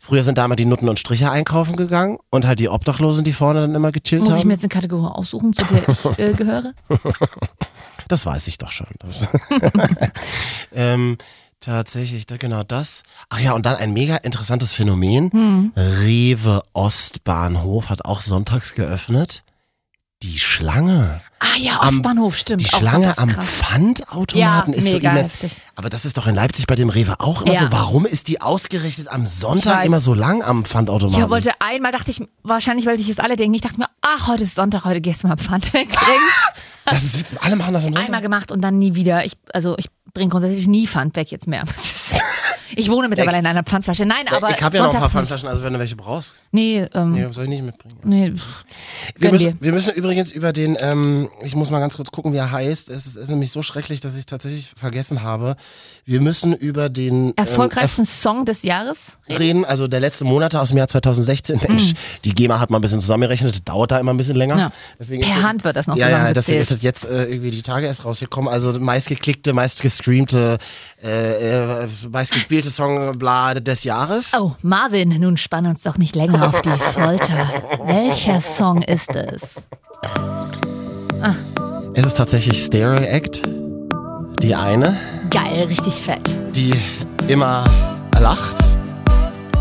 Speaker 2: Früher sind da immer die Nutten und Stricher einkaufen gegangen und halt die Obdachlosen, die vorne dann immer gechillt
Speaker 1: Muss ich
Speaker 2: haben.
Speaker 1: mir jetzt eine Kategorie aussuchen, zu der ich äh, gehöre?
Speaker 2: Das weiß ich doch schon. ähm, tatsächlich, da- genau das. Ach ja, und dann ein mega interessantes Phänomen.
Speaker 1: Hm.
Speaker 2: Rewe Ostbahnhof hat auch sonntags geöffnet. Die Schlange.
Speaker 1: Ah ja,
Speaker 2: Am-
Speaker 1: Ostbahnhof, stimmt.
Speaker 2: Die
Speaker 1: auch
Speaker 2: Schlange
Speaker 1: sonntags
Speaker 2: am
Speaker 1: krass.
Speaker 2: Pfandautomaten
Speaker 1: Ja,
Speaker 2: ist
Speaker 1: mega
Speaker 2: so immens.
Speaker 1: heftig.
Speaker 2: Aber das ist doch in Leipzig bei dem Rewe auch immer
Speaker 1: Ja.
Speaker 2: so. Warum ist die ausgerechnet am Sonntag
Speaker 1: weiß.
Speaker 2: immer so lang am Pfandautomaten?
Speaker 1: Ich wollte einmal, dachte ich, wahrscheinlich, weil sich das alle denken, ich dachte mir, ach, heute ist Sonntag, heute gehst du mal Pfand wegbringen.
Speaker 2: das ist witzig. Alle machen das am Sonntag.
Speaker 1: Einmal gemacht und dann nie wieder. Ich, also ich bringe grundsätzlich nie Pfand weg jetzt mehr. Ich wohne mittlerweile in einer Pfandflasche. Nein, aber
Speaker 2: ich habe ja noch ein paar
Speaker 1: sonntags
Speaker 2: Pfandflaschen, also wenn du welche brauchst.
Speaker 1: Nicht. Nee, ähm,
Speaker 2: Nee, soll ich nicht mitbringen.
Speaker 1: nee. pff,
Speaker 2: Wir
Speaker 1: Gönn
Speaker 2: müssen, ähm,
Speaker 1: dir.
Speaker 2: wir müssen übrigens über den, ähm, ich muss mal ganz kurz gucken, wie er heißt. Es ist, es ist nämlich so schrecklich, dass ich tatsächlich vergessen habe. Wir müssen über den ähm,
Speaker 1: Erfolgreichsten Song des Jahres?
Speaker 2: reden, also der letzten Monate aus dem Jahr 2016.
Speaker 1: Mhm.
Speaker 2: Mensch, die GEMA hat mal ein bisschen zusammengerechnet, dauert da immer ein bisschen länger.
Speaker 1: Ja.
Speaker 2: Deswegen
Speaker 1: Per
Speaker 2: ist-
Speaker 1: Hand wird das noch
Speaker 2: ja, ja, deswegen ist
Speaker 1: zusammengezählt.
Speaker 2: das jetzt äh, irgendwie die Tage erst rausgekommen. Also meistgeklickte, meistgestreamte, äh, äh, meistgespielte Song äh, bla des Jahres.
Speaker 1: Oh, Marvin, nun spann uns doch nicht länger auf die Folter. Welcher Song ist es?
Speaker 2: Es ist tatsächlich Stereo Act. Die eine,
Speaker 1: Geil, richtig fett.
Speaker 2: die immer lacht.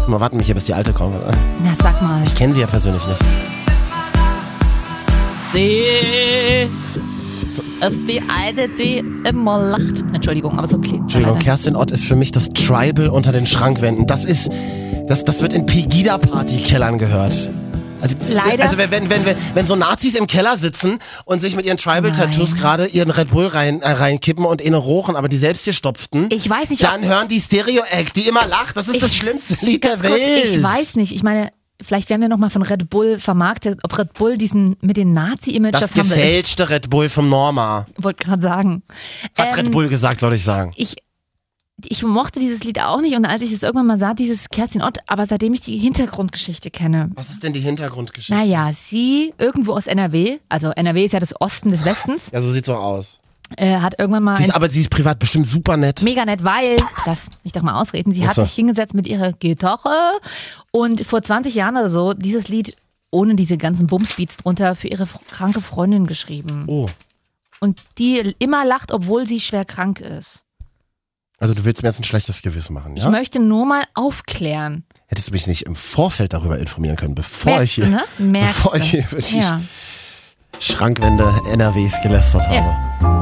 Speaker 2: Mal warten mich hier, bis die alte kommt. oder?
Speaker 1: Na, sag mal.
Speaker 2: Ich kenne sie ja persönlich nicht.
Speaker 1: Sie ist die eine, die immer lacht. Entschuldigung, aber so klingt
Speaker 2: Entschuldigung, Kerstin Ott ist für mich das Tribal unter den Schrankwänden. Das ist, das, das wird in Pegida-Party-Kellern gehört. Also,
Speaker 1: Leider.
Speaker 2: also wenn, wenn, wenn, wenn, wenn so Nazis im Keller sitzen und sich mit ihren Tribal-Tattoos
Speaker 1: Nein.
Speaker 2: gerade ihren Red Bull rein, äh, reinkippen und inne rochen, aber die selbst gestopften,
Speaker 1: Ich weiß nicht, ob-
Speaker 2: dann hören die Stereo-Act, die immer lacht. Das ist
Speaker 1: Ich-
Speaker 2: das schlimmste Lied der
Speaker 1: Kurz,
Speaker 2: Welt.
Speaker 1: ich weiß nicht, ich meine, vielleicht werden wir nochmal von Red Bull vermarktet, ob Red Bull diesen mit den Nazi-Image,
Speaker 2: Das
Speaker 1: das, haben wir.
Speaker 2: gefälschte Red Bull vom Norma.
Speaker 1: Ich wollte gerade sagen.
Speaker 2: Hat
Speaker 1: Ähm,
Speaker 2: Red Bull gesagt, soll ich sagen.
Speaker 1: Ich, ich mochte dieses Lied auch nicht und als ich es irgendwann mal sah, dieses Kerstin Ott, aber seitdem ich die Hintergrundgeschichte kenne,
Speaker 2: Was ist denn die Hintergrundgeschichte?
Speaker 1: naja, sie irgendwo aus NRW, also NRW ist ja das Osten des Westens,
Speaker 2: Ja, so sieht's auch aus.
Speaker 1: äh, hat irgendwann mal
Speaker 2: Sie
Speaker 1: ein
Speaker 2: ist, aber sie ist privat bestimmt super nett.
Speaker 1: Mega nett, weil, lass mich doch mal ausreden, sie hat
Speaker 2: Achso.
Speaker 1: sich hingesetzt mit ihrer Gitarre und vor 20 Jahren oder so dieses Lied ohne diese ganzen Bumsbeats drunter für ihre f- kranke Freundin geschrieben.
Speaker 2: Oh.
Speaker 1: Und die immer lacht, obwohl sie schwer krank ist.
Speaker 2: Also du willst mir jetzt ein schlechtes Gewissen machen,
Speaker 1: Ich
Speaker 2: ja?
Speaker 1: möchte nur mal aufklären.
Speaker 2: Hättest du mich nicht im Vorfeld darüber informieren können, bevor
Speaker 1: Merkst
Speaker 2: ich
Speaker 1: du,
Speaker 2: hier,
Speaker 1: ne? Merkst
Speaker 2: bevor
Speaker 1: du.
Speaker 2: ich hier über die
Speaker 1: Ja.
Speaker 2: Schrankwände NRWs gelästert habe.
Speaker 1: Ja.
Speaker 2: Ja.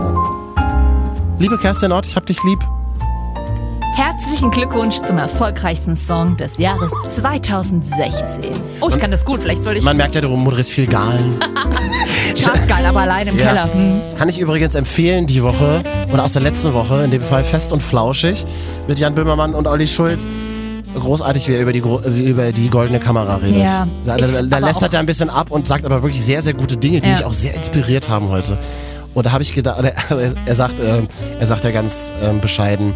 Speaker 2: Liebe Kerstin Ott, ich hab dich lieb.
Speaker 1: Herzlichen Glückwunsch zum erfolgreichsten Song des Jahres 2016. Oh, ich kann das gut, vielleicht soll ich
Speaker 2: Man merkt ja, du moderierst viel Galen.
Speaker 1: Chartsgeil, aber allein im
Speaker 2: Ja.
Speaker 1: Keller. Hm.
Speaker 2: Kann ich übrigens empfehlen, die Woche oder aus der letzten Woche, in dem Fall fest und flauschig, mit Jan Böhmermann und Olli Schulz. Großartig, wie er über die, Gro- wie über die goldene Kamera redet.
Speaker 1: Ja.
Speaker 2: da
Speaker 1: Ist
Speaker 2: da, da
Speaker 1: aber
Speaker 2: lästert
Speaker 1: auch-
Speaker 2: er ein bisschen ab und sagt aber wirklich sehr, sehr gute Dinge, die
Speaker 1: Ja.
Speaker 2: mich auch sehr inspiriert haben heute. Und da habe ich gedacht, er, er sagt, ähm, er sagt ja ganz ähm, bescheiden,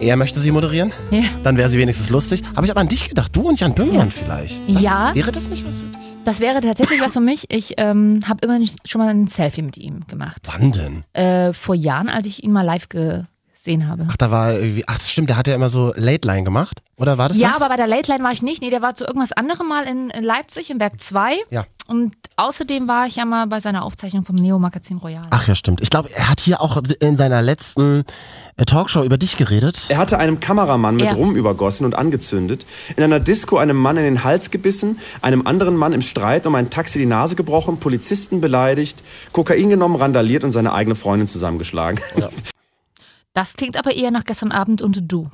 Speaker 2: er möchte sie moderieren,
Speaker 1: Ja.
Speaker 2: dann wäre sie wenigstens lustig. Habe ich aber an dich gedacht, du und Jan Böhmermann
Speaker 1: Ja.
Speaker 2: vielleicht. Das,
Speaker 1: Ja.
Speaker 2: Wäre das nicht was für dich?
Speaker 1: Das wäre tatsächlich was für mich. Ich ähm, habe immerhin schon mal ein Selfie mit ihm gemacht.
Speaker 2: Wann denn?
Speaker 1: Äh, vor Jahren, als ich ihn mal live gesehen habe.
Speaker 2: Ach, da war irgendwie, ach stimmt, der hat ja immer so Late Line gemacht, oder war das
Speaker 1: ja,
Speaker 2: das?
Speaker 1: aber bei der Late Line war ich nicht. Nee, der war zu irgendwas anderem mal in, in Leipzig, im Berg 2.
Speaker 2: Ja.
Speaker 1: Und außerdem war ich ja mal bei seiner Aufzeichnung vom Neo Magazin Royal.
Speaker 2: Ach ja, stimmt. Ich glaube, er hat hier auch in seiner letzten äh, Talkshow über dich geredet.
Speaker 4: Er hatte einem Kameramann mit
Speaker 1: Ja.
Speaker 4: Rum übergossen und angezündet, in einer Disco einem Mann in den Hals gebissen, einem anderen Mann im Streit um ein Taxi die Nase gebrochen, Polizisten beleidigt, Kokain genommen, randaliert und seine eigene Freundin zusammengeschlagen.
Speaker 1: Das klingt aber eher nach gestern Abend und du.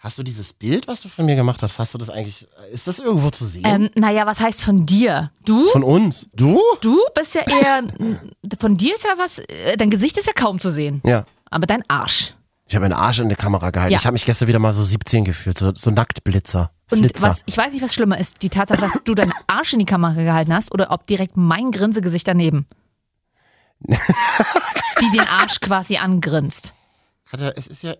Speaker 2: Hast du dieses Bild, was du von mir gemacht hast, hast du das eigentlich, ist das irgendwo zu sehen?
Speaker 1: Ähm, naja, was heißt von dir? Du?
Speaker 2: von uns? Du?
Speaker 1: du bist ja eher. von dir ist ja was. äh, Dein Gesicht ist ja kaum zu sehen.
Speaker 2: Ja.
Speaker 1: Aber dein Arsch.
Speaker 2: Ich habe einen Arsch in der Kamera gehalten.
Speaker 1: Ja.
Speaker 2: Ich habe mich gestern wieder mal so 17 gefühlt, so, so Nacktblitzer.
Speaker 1: Und
Speaker 2: Flitzer.
Speaker 1: was, ich weiß nicht, was schlimmer ist, die Tatsache, dass du deinen Arsch in die Kamera gehalten hast oder ob direkt mein Grinsegesicht daneben. die den Arsch quasi angrinst.
Speaker 2: Hat er, es ist ja,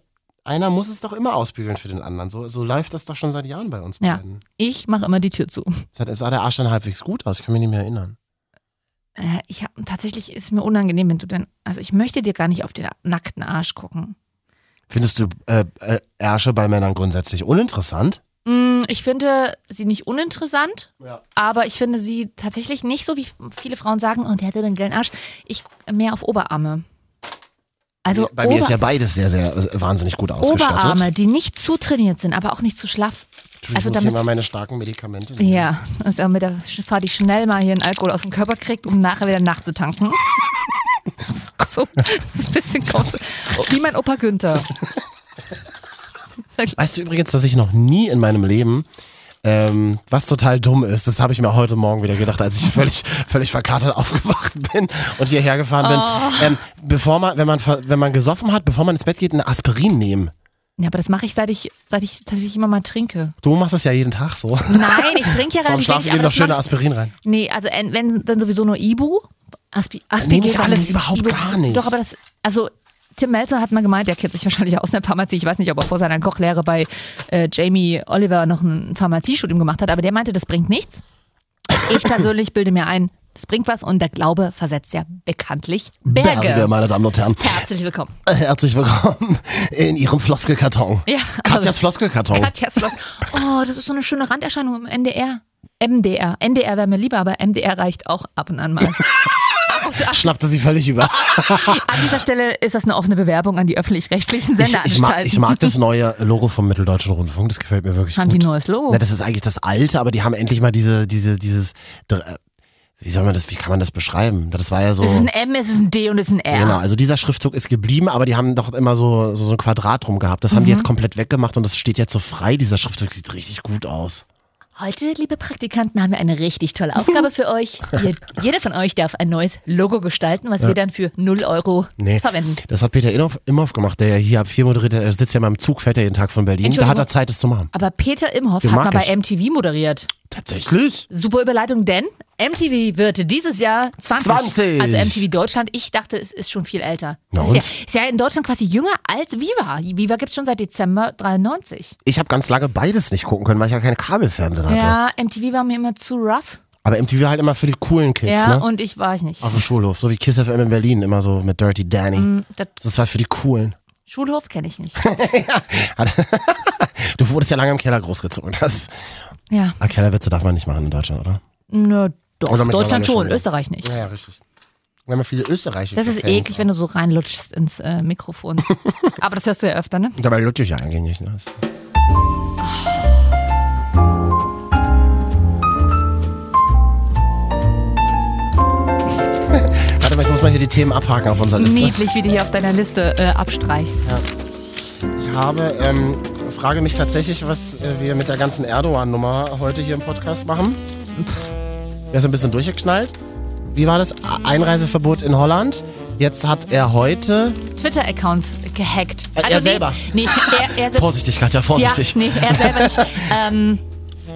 Speaker 2: einer muss es doch immer ausbügeln für den anderen. So, so läuft das doch schon seit Jahren bei uns
Speaker 1: Ja.
Speaker 2: beiden.
Speaker 1: Ich mache immer die Tür zu.
Speaker 2: Es, hat, es sah der Arsch dann halbwegs gut aus, ich kann mich nicht mehr erinnern.
Speaker 1: Äh, Ich hab, tatsächlich ist es mir unangenehm, wenn du denn. Also ich möchte dir gar nicht auf den nackten Arsch gucken.
Speaker 2: Findest du äh, äh, Ärsche bei Männern grundsätzlich uninteressant?
Speaker 1: Mm, Ich finde sie nicht uninteressant,
Speaker 2: Ja.
Speaker 1: aber ich finde sie tatsächlich nicht so, wie viele Frauen sagen, oh, der hätte einen geilen Arsch. Ich gucke mehr auf Oberarme. Also
Speaker 2: bei mir ist
Speaker 1: Ober-
Speaker 2: ja beides sehr, sehr äh, wahnsinnig gut ausgestattet.
Speaker 1: Oberarme, die nicht zu trainiert sind, aber auch nicht zu schlaff.
Speaker 2: Entschuldigung,
Speaker 1: Also
Speaker 2: ich muss hier mal
Speaker 1: damit,
Speaker 2: meine starken Medikamente nehmen.
Speaker 1: ja, also damit der Fadi schnell mal hier einen Alkohol aus dem Körper kriegt, um nachher wieder nachzutanken. so, das ist ein bisschen groß. Wie mein Opa Günther.
Speaker 2: Weißt du übrigens, dass ich noch nie in meinem Leben, ähm, was total dumm ist, das habe ich mir heute Morgen wieder gedacht, als ich völlig, völlig verkatert aufgewacht bin und
Speaker 1: Oh.
Speaker 2: hierher gefahren bin. Ähm, bevor man, wenn man, ver- wenn man gesoffen hat, bevor man ins Bett geht, eine Aspirin nehmen.
Speaker 1: Ja, aber das mache ich, seit ich, seit ich tatsächlich immer mal trinke.
Speaker 2: Du machst das ja jeden Tag so.
Speaker 1: Nein, ich trinke ja
Speaker 2: Vom
Speaker 1: relativ wenig.
Speaker 2: Schlafen gehen
Speaker 1: aber
Speaker 2: noch
Speaker 1: das
Speaker 2: schöne
Speaker 1: mach ich-
Speaker 2: Aspirin rein.
Speaker 1: Nee, also en- wenn, dann sowieso nur Ibu. Aspi, Aspi
Speaker 2: nehme
Speaker 1: geht
Speaker 2: ich
Speaker 1: aber
Speaker 2: alles
Speaker 1: nicht.
Speaker 2: überhaupt
Speaker 1: Ibu,
Speaker 2: gar nicht.
Speaker 1: Doch, aber das, also Tim Melzer hat mal gemeint, der kennt sich wahrscheinlich aus in der Pharmazie. Ich weiß nicht, ob er vor seiner Kochlehre bei äh, Jamie Oliver noch ein Pharmaziestudium gemacht hat, aber der meinte, das bringt nichts. Ich persönlich bilde mir ein, das bringt was und der Glaube versetzt ja bekanntlich Berge.
Speaker 2: meine Damen und Herren.
Speaker 1: Herzlich willkommen.
Speaker 2: Herzlich willkommen in Ihrem Floskelkarton.
Speaker 1: Ja,
Speaker 2: Katjas
Speaker 1: also-
Speaker 2: Floskelkarton.
Speaker 1: Katja Sloss. Oh, das ist so eine schöne Randerscheinung im NDR. MDR. NDR wäre mir lieber, aber MDR reicht auch ab und an mal.
Speaker 2: Schnappte sie völlig über.
Speaker 1: An dieser Stelle ist das eine offene Bewerbung an die öffentlich-rechtlichen
Speaker 2: Ich,
Speaker 1: Senderanstalten.
Speaker 2: ich, mag, ich mag das neue Logo vom Mitteldeutschen Rundfunk, das gefällt mir wirklich
Speaker 1: Haben
Speaker 2: gut.
Speaker 1: die neues Logo?
Speaker 2: Na, das ist eigentlich das alte, aber die haben endlich mal diese, diese, dieses, dr- äh, wie soll man das, wie kann man das beschreiben? Das war ja so.
Speaker 1: Es ist ein M, es ist ein D und es ist ein R.
Speaker 2: Genau, also dieser Schriftzug ist geblieben, aber die haben doch immer so, so, so ein Quadrat drum gehabt. Das haben
Speaker 1: Mhm.
Speaker 2: die jetzt komplett weggemacht und das steht jetzt so frei. Dieser Schriftzug sieht richtig gut aus.
Speaker 1: Heute, liebe Praktikanten, haben wir eine richtig tolle Aufgabe für euch. Ihr, jeder von euch darf ein neues Logo gestalten, was wir dann für 0 Euro
Speaker 2: Nee.
Speaker 1: verwenden.
Speaker 2: Das hat Peter Imhoff, Imhoff gemacht, der ja hier ab vier moderiert, er sitzt ja mal im Zug, fährt ja jeden Tag von Berlin. Da
Speaker 1: Entschuldigung.
Speaker 2: hat er Zeit, das zu machen.
Speaker 1: Aber Peter Imhoff
Speaker 2: Den
Speaker 1: hat mal
Speaker 2: mag
Speaker 1: bei MTV moderiert.
Speaker 2: Tatsächlich?
Speaker 1: Super Überleitung, denn MTV wird dieses Jahr 20.
Speaker 2: 20.
Speaker 1: Also MTV Deutschland. Ich dachte, es ist schon viel älter.
Speaker 2: Na
Speaker 1: es ist,
Speaker 2: und?
Speaker 1: ja, ist ja in Deutschland quasi jünger als Viva. Viva gibt es schon seit Dezember 93.
Speaker 2: Ich habe ganz lange beides nicht gucken können, weil ich ja keinen Kabelfernseher hatte.
Speaker 1: Ja, MTV war mir immer zu rough.
Speaker 2: Aber MTV halt immer für die coolen Kids,
Speaker 1: ja,
Speaker 2: ne?
Speaker 1: und ich war ich nicht.
Speaker 2: Auf dem Schulhof, so wie Kiss FM in Berlin, immer so mit Dirty Danny.
Speaker 1: Das
Speaker 2: Das war für die coolen.
Speaker 1: Schulhof kenne ich nicht.
Speaker 2: Du wurdest ja lange im Keller großgezogen. Das,
Speaker 1: Ja,
Speaker 2: ah, Kellerwitze darf man nicht machen in Deutschland, oder?
Speaker 1: nö, doch.
Speaker 2: Oder mittlerweile
Speaker 1: Deutschland schon,
Speaker 2: schon, ja.
Speaker 1: Österreich nicht.
Speaker 2: Ja, richtig. Wir haben ja viele österreichische
Speaker 1: Das ist
Speaker 2: Fans
Speaker 1: eklig, wenn du so reinlutschst ins äh, Mikrofon. Aber das hörst du ja öfter, ne?
Speaker 2: auch. Dabei lutsche ich ja eigentlich nicht. Ne? Das- Warte mal, ich muss mal hier die Themen abhaken auf unserer Liste.
Speaker 1: Niedlich, wie du hier auf deiner Liste äh, abstreichst.
Speaker 2: Ich habe, ähm, frage mich tatsächlich, was äh, wir mit der ganzen Erdogan-Nummer heute hier im Podcast machen. Er ist ein bisschen durchgeknallt. Wie war das? A- Einreiseverbot in Holland. Jetzt hat er heute.
Speaker 1: Twitter-Accounts gehackt. Also
Speaker 2: Er- er selber.
Speaker 1: Nee, er, er sitzt,
Speaker 2: Vorsichtig, Katja, vorsichtig.
Speaker 1: Ja, nee, er selber nicht. ähm,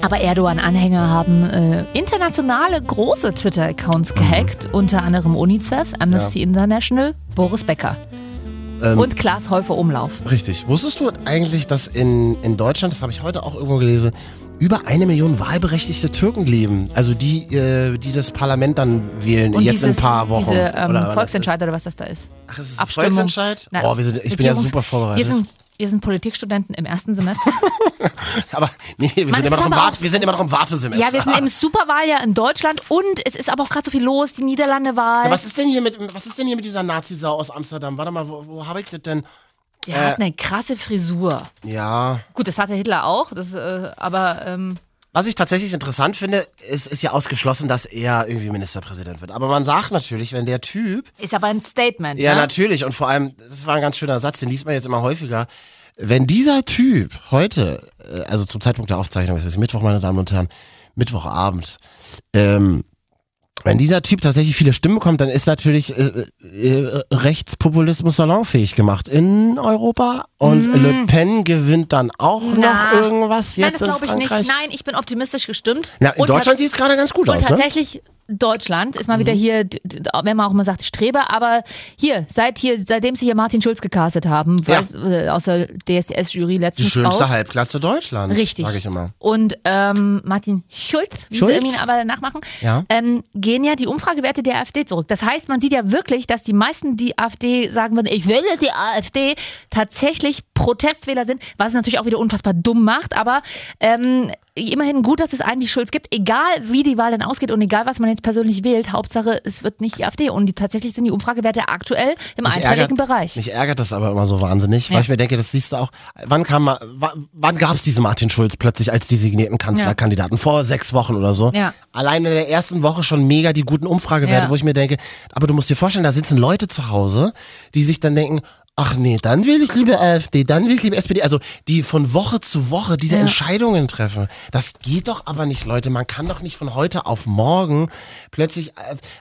Speaker 1: aber Erdogan-Anhänger haben äh, internationale große
Speaker 2: Mhm.
Speaker 1: Twitter-Accounts gehackt, unter anderem UNICEF, Amnesty International, Boris Becker
Speaker 2: Ähm,
Speaker 1: und Klaas Häufer Umlauf.
Speaker 2: Richtig. Wusstest du eigentlich, dass in, in Deutschland, das habe ich heute auch irgendwo gelesen, über eine Million wahlberechtigte Türken leben? Also die, äh, die das Parlament dann wählen,
Speaker 1: Und
Speaker 2: jetzt
Speaker 1: dieses,
Speaker 2: in ein paar Wochen.
Speaker 1: Diese ähm,
Speaker 2: Oder wann das
Speaker 1: Volksentscheid oder was das da ist.
Speaker 2: Ach, es ist ein
Speaker 1: Abstimmung.
Speaker 2: Volksentscheid?
Speaker 1: Na,
Speaker 2: oh, wir sind, ich bin ja
Speaker 1: Regierungs-
Speaker 2: super vorbereitet.
Speaker 1: Wir sind, wir sind Politikstudenten im ersten Semester.
Speaker 2: Aber nee, nee, wir,
Speaker 1: Mann,
Speaker 2: sind immer
Speaker 1: das
Speaker 2: noch
Speaker 1: ist
Speaker 2: im
Speaker 1: aber
Speaker 2: Wart,
Speaker 1: auch-
Speaker 2: wir sind immer noch im Wartesemester.
Speaker 1: ja, wir sind im Superwahljahr in Deutschland und es ist aber auch gerade so viel los, die Niederlande-Wahl.
Speaker 2: Ja, was ist denn hier mit was ist denn hier mit dieser Nazi-Sau aus Amsterdam? Warte mal, wo, wo habe ich das denn?
Speaker 1: Der hat
Speaker 2: äh,
Speaker 1: eine krasse Frisur.
Speaker 2: Ja.
Speaker 1: Gut, das hatte Hitler auch, das, äh, aber ähm,
Speaker 2: Was ich tatsächlich interessant finde, es ist ja ausgeschlossen, dass er irgendwie Ministerpräsident wird. Aber man sagt natürlich, wenn der Typ
Speaker 1: ist aber ein Statement.
Speaker 2: Ja,
Speaker 1: ne?
Speaker 2: natürlich. Und vor allem, das war ein ganz schöner Satz, den liest man jetzt immer häufiger. Wenn dieser Typ heute, äh, also zum Zeitpunkt der Aufzeichnung, es ist Mittwoch, meine Damen und Herren, Mittwochabend, ähm, wenn dieser Typ tatsächlich viele Stimmen bekommt, dann ist natürlich äh, äh, Rechtspopulismus salonfähig gemacht in Europa. Und Le Pen gewinnt dann auch noch
Speaker 1: Mhm. Na.
Speaker 2: irgendwas
Speaker 1: Nein,
Speaker 2: jetzt
Speaker 1: das glaube ich
Speaker 2: in
Speaker 1: nicht.
Speaker 2: Frankreich.
Speaker 1: Nein, ich bin optimistisch gestimmt.
Speaker 2: Na, in
Speaker 1: Und
Speaker 2: Deutschland
Speaker 1: tats-
Speaker 2: sieht es gerade ganz gut
Speaker 1: Und
Speaker 2: aus, ne? Mhm.
Speaker 1: tatsächlich, Deutschland ist mal wieder hier, d- d- wenn man auch immer sagt, Streber, aber hier, seit hier, seitdem sie hier Martin Schulz gecastet haben,
Speaker 2: Ja.
Speaker 1: weiß, äh, aus der DSS-Jury
Speaker 2: Die
Speaker 1: letztens
Speaker 2: schönste
Speaker 1: raus.
Speaker 2: Halbklasse Deutschlands,
Speaker 1: Richtig.
Speaker 2: sage ich immer.
Speaker 1: Und ähm, Martin Schulz, wie
Speaker 2: Schulz?
Speaker 1: sie irgendwie ihn aber nachmachen,
Speaker 2: Ja.
Speaker 1: ähm, gehen ja die Umfragewerte der AfD zurück. Das heißt, man sieht ja wirklich, dass die meisten, die AfD sagen würden, ich wähle die AfD, tatsächlich Protestwähler sind, was es natürlich auch wieder unfassbar dumm macht, aber ähm, immerhin gut, dass es einen wie Schulz gibt, egal wie die Wahl dann ausgeht und egal was man jetzt persönlich wählt, Hauptsache es wird nicht die AfD und die, tatsächlich sind die Umfragewerte aktuell im
Speaker 2: Mich
Speaker 1: einstelligen
Speaker 2: ärgert-
Speaker 1: Bereich.
Speaker 2: Mich ärgert das aber immer so wahnsinnig, weil
Speaker 1: Ja.
Speaker 2: ich mir denke, das siehst du auch. Wann kam mal, wa- wann gab es diesen Martin Schulz plötzlich als designierten Kanzlerkandidaten? Vor sechs Wochen oder so.
Speaker 1: Ja.
Speaker 2: Allein in der ersten Woche schon mega die guten Umfragewerte,
Speaker 1: Ja.
Speaker 2: wo ich mir denke, aber du musst dir vorstellen, da sitzen Leute zu Hause, die sich dann denken, ach nee, dann will ich lieber AfD, dann will ich lieber SPD. Also die von Woche zu Woche diese Entscheidungen treffen. Das geht doch aber nicht, Leute. Man kann doch nicht von heute auf morgen plötzlich,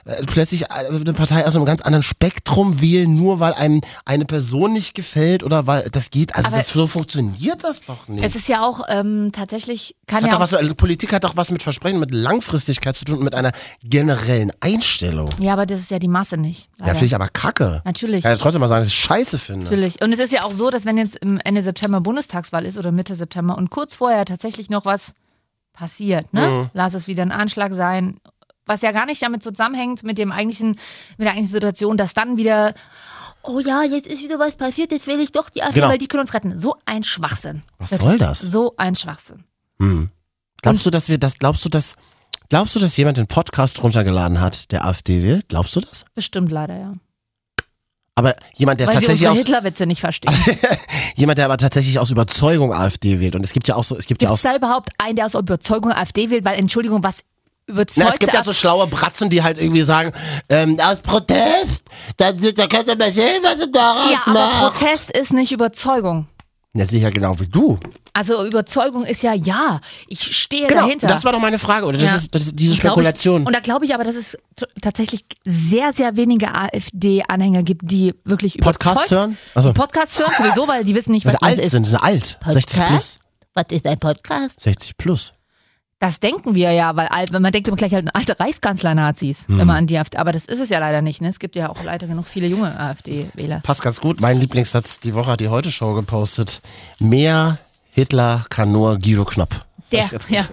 Speaker 2: äh, äh, plötzlich äh, eine Partei aus einem ganz anderen Spektrum wählen, nur weil einem eine Person nicht gefällt oder weil das geht. Also
Speaker 1: Aber-
Speaker 2: das, so funktioniert das doch nicht.
Speaker 1: Es ist ja auch ähm, tatsächlich, kann
Speaker 2: Hat
Speaker 1: ja
Speaker 2: doch
Speaker 1: auch,
Speaker 2: was, also Politik hat doch was mit Versprechen, mit Langfristigkeit zu tun und mit einer generellen Einstellung.
Speaker 1: ja, aber das ist ja die Masse nicht.
Speaker 2: Ja,
Speaker 1: leider.
Speaker 2: finde ich aber kacke.
Speaker 1: Natürlich.
Speaker 2: Ich kann ja trotzdem mal sagen, dass ich scheiße finde.
Speaker 1: Natürlich. Und es ist ja auch so, dass wenn jetzt im Ende September Bundestagswahl ist oder Mitte September und kurz vorher tatsächlich noch was passiert, ne?
Speaker 2: Mhm.
Speaker 1: Lass es wieder ein Anschlag sein, was ja gar nicht damit zusammenhängt mit dem eigentlichen, mit der eigentlichen Situation, dass dann wieder, oh ja, jetzt ist wieder was passiert, jetzt will ich doch die AfD,
Speaker 2: Genau.
Speaker 1: weil die können uns retten. So ein Schwachsinn.
Speaker 2: Was soll das?
Speaker 1: So ein Schwachsinn.
Speaker 2: Hm. Glaubst du, dass wir das, glaubst du, dass, glaubst du, dass jemand den Podcast runtergeladen hat, der AfD will? Glaubst du das?
Speaker 1: Bestimmt leider, ja.
Speaker 2: Aber jemand, der
Speaker 1: Weil sie
Speaker 2: tatsächlich
Speaker 1: unsere
Speaker 2: aus,
Speaker 1: Hitlerwitze nicht verstehen.
Speaker 2: jemand, der aber tatsächlich aus Überzeugung AfD wählt. Und es gibt ja auch so, es gibt ja
Speaker 1: Gibt
Speaker 2: auch,
Speaker 1: es da überhaupt einen, der aus Überzeugung AfD wählt? Weil, Entschuldigung, was überzeugt
Speaker 2: na, es gibt ja so schlaue Bratzen, die halt irgendwie sagen, ähm, aus Protest, da, da könnt ihr mal sehen, was ihr daraus
Speaker 1: ja, aber
Speaker 2: macht.
Speaker 1: Protest ist nicht Überzeugung.
Speaker 2: Ja, sicher genau wie du.
Speaker 1: Also Überzeugung ist ja, ja, ich stehe
Speaker 2: Genau,
Speaker 1: dahinter.
Speaker 2: das war doch meine Frage, oder? Das
Speaker 1: Ja.
Speaker 2: ist, das ist diese
Speaker 1: Und glaub
Speaker 2: Spekulation.
Speaker 1: Ich, und da glaube ich aber, dass es t- tatsächlich sehr, sehr wenige AfD-Anhänger gibt, die wirklich
Speaker 2: Podcasts
Speaker 1: überzeugt.
Speaker 2: hören? Also,
Speaker 1: Die Podcasts hören sowieso, weil die wissen nicht, was
Speaker 2: weil die
Speaker 1: das
Speaker 2: alt
Speaker 1: ist.
Speaker 2: sind, sind alt. 60 plus.
Speaker 1: Was ist ein Podcast?
Speaker 2: 60 plus.
Speaker 1: Das denken wir ja, weil alt, wenn man denkt immer gleich halt alte Reichskanzler-Nazis,
Speaker 2: Hm.
Speaker 1: wenn man an die AfD, aber das ist es ja leider nicht. Ne? Es gibt ja auch leider genug viele junge AfD-Wähler.
Speaker 2: Passt ganz gut. Mein Lieblingssatz die Woche hat die Heute Show gepostet. Mehr Hitler kann nur Guido Knopp.
Speaker 1: Der, ja.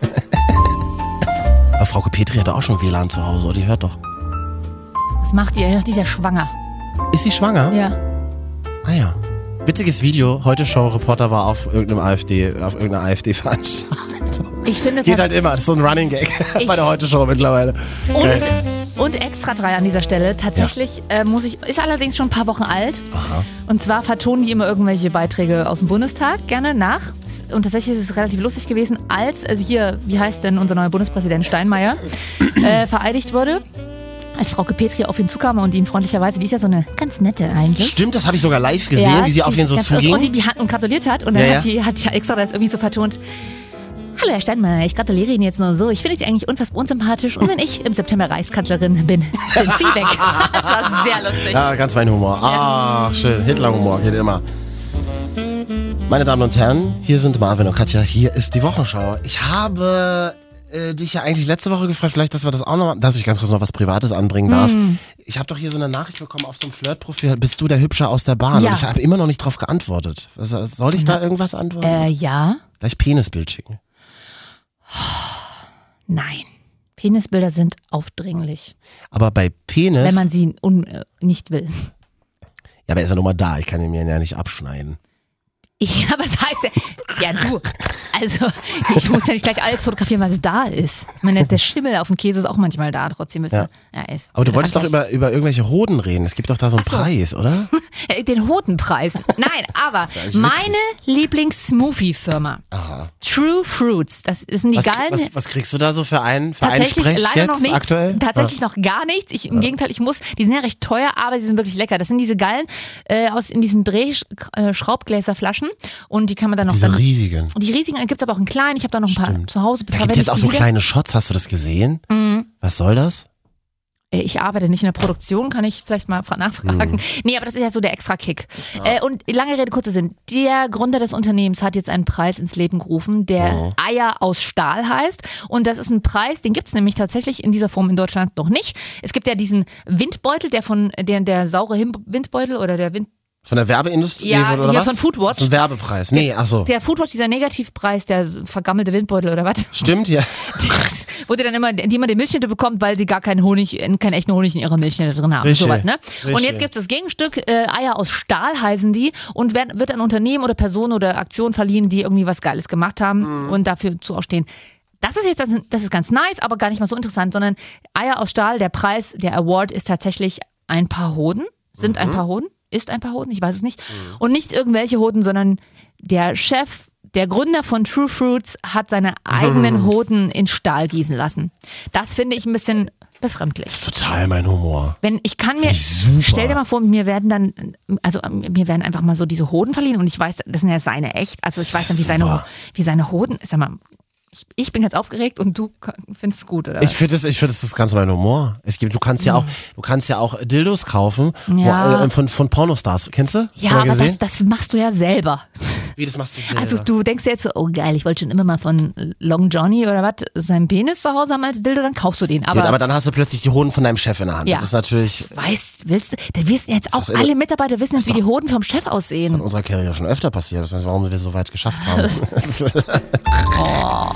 Speaker 2: Aber Frau Petri hat auch schon WLAN zu Hause, oder? Die hört doch.
Speaker 1: Was macht ihr? Noch dieser Schwanger.
Speaker 2: Ist sie schwanger?
Speaker 1: Ja.
Speaker 2: Ah ja. Witziges Video. Heute Show-Reporter war auf irgendeinem AfD, auf irgendeiner AfD-Veranstaltung.
Speaker 1: Ich finde,
Speaker 2: Geht
Speaker 1: es
Speaker 2: halt immer. Das ist so ein Running Gag
Speaker 1: Ich-
Speaker 2: bei der Heute Show mittlerweile. Geil.
Speaker 1: Und, und extra drei an dieser Stelle. Tatsächlich äh, muss ich, ist allerdings schon ein paar Wochen alt. Und zwar vertonen die immer irgendwelche Beiträge aus dem Bundestag gerne nach. Und tatsächlich ist es relativ lustig gewesen, als also hier, wie heißt denn unser neuer Bundespräsident Steinmeier, äh, vereidigt wurde. Als Frau Petri auf ihn zukam und ihm freundlicherweise, die ist ja so eine ganz nette eigentlich.
Speaker 2: Stimmt, das habe ich sogar live gesehen,
Speaker 1: Ja,
Speaker 2: wie sie auf
Speaker 1: die-
Speaker 2: ihn so
Speaker 1: ganz- und-
Speaker 2: zuging.
Speaker 1: Und, die behand- und gratuliert hat. Und dann
Speaker 2: Ja,
Speaker 1: hat,
Speaker 2: ja.
Speaker 1: die, hat die extra das irgendwie so vertont. Hallo Herr Steinmeier, ich gratuliere Ihnen jetzt nur so. Ich finde Sie eigentlich unfassbar unsympathisch. Und wenn ich im September Reichskanzlerin bin, sind Sie weg. Das war sehr lustig.
Speaker 2: Ja, ganz mein Humor. Ach, schön. Hitler-Humor geht immer. Meine Damen und Herren, hier sind Marvin und Katja. Hier ist die Wochenschau. Ich habe äh, dich ja eigentlich letzte Woche gefragt, vielleicht, dass wir das auch noch, dass ich ganz kurz noch was Privates anbringen darf.
Speaker 1: Hm.
Speaker 2: Ich habe doch hier so eine Nachricht bekommen auf so einem Flirtprofil. Bist du der Hübsche aus der Bahn?
Speaker 1: Ja.
Speaker 2: Und ich habe immer noch nicht drauf geantwortet. Was, soll ich da irgendwas antworten?
Speaker 1: Äh, ja,
Speaker 2: Vielleicht Penisbild schicken.
Speaker 1: nein. Penisbilder sind aufdringlich,
Speaker 2: Aber bei Penis,
Speaker 1: wenn man sie un äh, nicht will.
Speaker 2: ja, aber er ist ja nun mal da. Ich kann ihn mir ja nicht abschneiden.
Speaker 1: Ich, aber es heißt ja, ja du, also ich muss ja nicht gleich alles fotografieren, was da ist. Ich meine, der Schimmel auf dem Käse ist auch manchmal da, trotzdem willst du,
Speaker 2: Ja.
Speaker 1: ja. ist
Speaker 2: Aber du wolltest doch
Speaker 1: Frankreich.
Speaker 2: über, über irgendwelche Hoden reden. Es gibt doch da so einen
Speaker 1: Äh, Ach so.
Speaker 2: Preis, oder?
Speaker 1: Äh, Den Hotenpreis. Nein, aber meine Lieblings-Smoothie-Firma. True Fruits. Das sind die
Speaker 2: Was,
Speaker 1: geilen.
Speaker 2: was, was kriegst du da so für einen, für einen
Speaker 1: Tatsächlich
Speaker 2: Sprech
Speaker 1: leider
Speaker 2: jetzt
Speaker 1: noch nichts.
Speaker 2: aktuell? Ah,
Speaker 1: Tatsächlich noch gar nichts. Ich, Im Gegenteil, ich muss. Die sind ja recht teuer, aber sie sind wirklich lecker. Das sind diese geilen äh, aus in diesen Drehschraubgläserflaschen und die kann man dann noch.
Speaker 2: Diese
Speaker 1: dann,
Speaker 2: riesigen.
Speaker 1: die riesigen gibt es aber auch in kleinen. Ich habe da noch ein paar zu Hause.
Speaker 2: Da gibt es jetzt auch so kleine Shots, hast du das gesehen?
Speaker 1: Mhm.
Speaker 2: Was soll das?
Speaker 1: Äh, Ich arbeite nicht in der Produktion, kann ich vielleicht mal fra- nachfragen.
Speaker 2: Hm.
Speaker 1: Nee, aber das ist ja so der extra Kick. Äh, und lange Rede, kurzer Sinn. Der Gründer des Unternehmens hat jetzt einen Preis ins Leben gerufen, der Eier aus Stahl heißt. Und das ist ein Preis, den gibt's nämlich tatsächlich in dieser Form in Deutschland noch nicht. Es gibt ja diesen Windbeutel, der von, der, der saure Him Windbeutel oder der Wind,
Speaker 2: Von der Werbeindustrie
Speaker 1: Ja,
Speaker 2: oder
Speaker 1: hier
Speaker 2: was?
Speaker 1: von Foodwatch.
Speaker 2: Das ist ein Werbepreis. Nee, ach so.
Speaker 1: der Foodwatch, dieser Negativpreis, der vergammelte Windbeutel oder was?
Speaker 2: Stimmt, ja.
Speaker 1: wo die dann immer, die immer die Milchschnitte bekommt, weil sie gar keinen Honig, keinen echten Honig in ihrer Milchschnitte drin haben.
Speaker 2: Richtig.
Speaker 1: Sowas, ne? Und
Speaker 2: Richtig.
Speaker 1: jetzt gibt es das Gegenstück, äh, Eier aus Stahl heißen die und werden, wird an Unternehmen oder Personen oder Aktionen verliehen, die irgendwie was Geiles gemacht haben und dafür zu auch stehen. Das ist jetzt, das ist ganz nice, aber gar nicht mal so interessant, sondern Eier aus Stahl, der Preis, der Award ist tatsächlich ein paar Hoden, sind ein paar Hoden, ist ein paar Hoden, ich weiß es nicht. Und nicht irgendwelche Hoden, sondern der Chef, der Gründer von True Fruits hat seine eigenen Hoden in Stahl gießen lassen. Das finde ich ein bisschen befremdlich.
Speaker 2: Das ist total mein Humor.
Speaker 1: Wenn ich kann mir,
Speaker 2: Finde ich super.
Speaker 1: stell dir mal vor, mir werden dann, also ähm, mir werden einfach mal so diese Hoden verliehen und ich weiß, das sind ja seine echt, also ich weiß dann, wie seine,
Speaker 2: super.
Speaker 1: wie seine Hoden, sag mal, ich, ich bin ganz aufgeregt und du k- findest es gut, oder?
Speaker 2: Ich finde das, ich finde das ist ganz mein Humor. Es gibt, du kannst ja auch, du kannst ja auch Dildos kaufen
Speaker 1: Mhm. Ja.
Speaker 2: wo, äh, von, von Pornostars. Kennst du? Schon
Speaker 1: ja,
Speaker 2: mal
Speaker 1: aber das,
Speaker 2: gesehen?
Speaker 1: das machst du ja selber.
Speaker 2: Wie das machst du selber?
Speaker 1: Also du denkst dir jetzt so, oh geil, ich wollte schon immer mal von Long Johnny oder was seinen Penis zu Hause haben als Dildo, dann kaufst du den. Aber,
Speaker 2: Gut, aber dann hast du plötzlich die Hoden von deinem Chef in der Hand.
Speaker 1: Ja.
Speaker 2: Das ist natürlich
Speaker 1: weißt, willst du, da wissen jetzt auch
Speaker 2: das irre?
Speaker 1: alle Mitarbeiter wissen jetzt, wie die Hoden vom Chef aussehen.
Speaker 2: in unserer Karriere schon öfter passiert. Das heißt, warum wir so weit geschafft haben. Oh.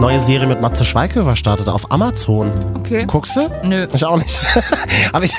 Speaker 2: Neue Serie mit Matze Schweighöfer startet auf Amazon.
Speaker 1: Okay.
Speaker 2: Guckst du?
Speaker 1: Nö.
Speaker 2: Ich auch nicht. aber ich,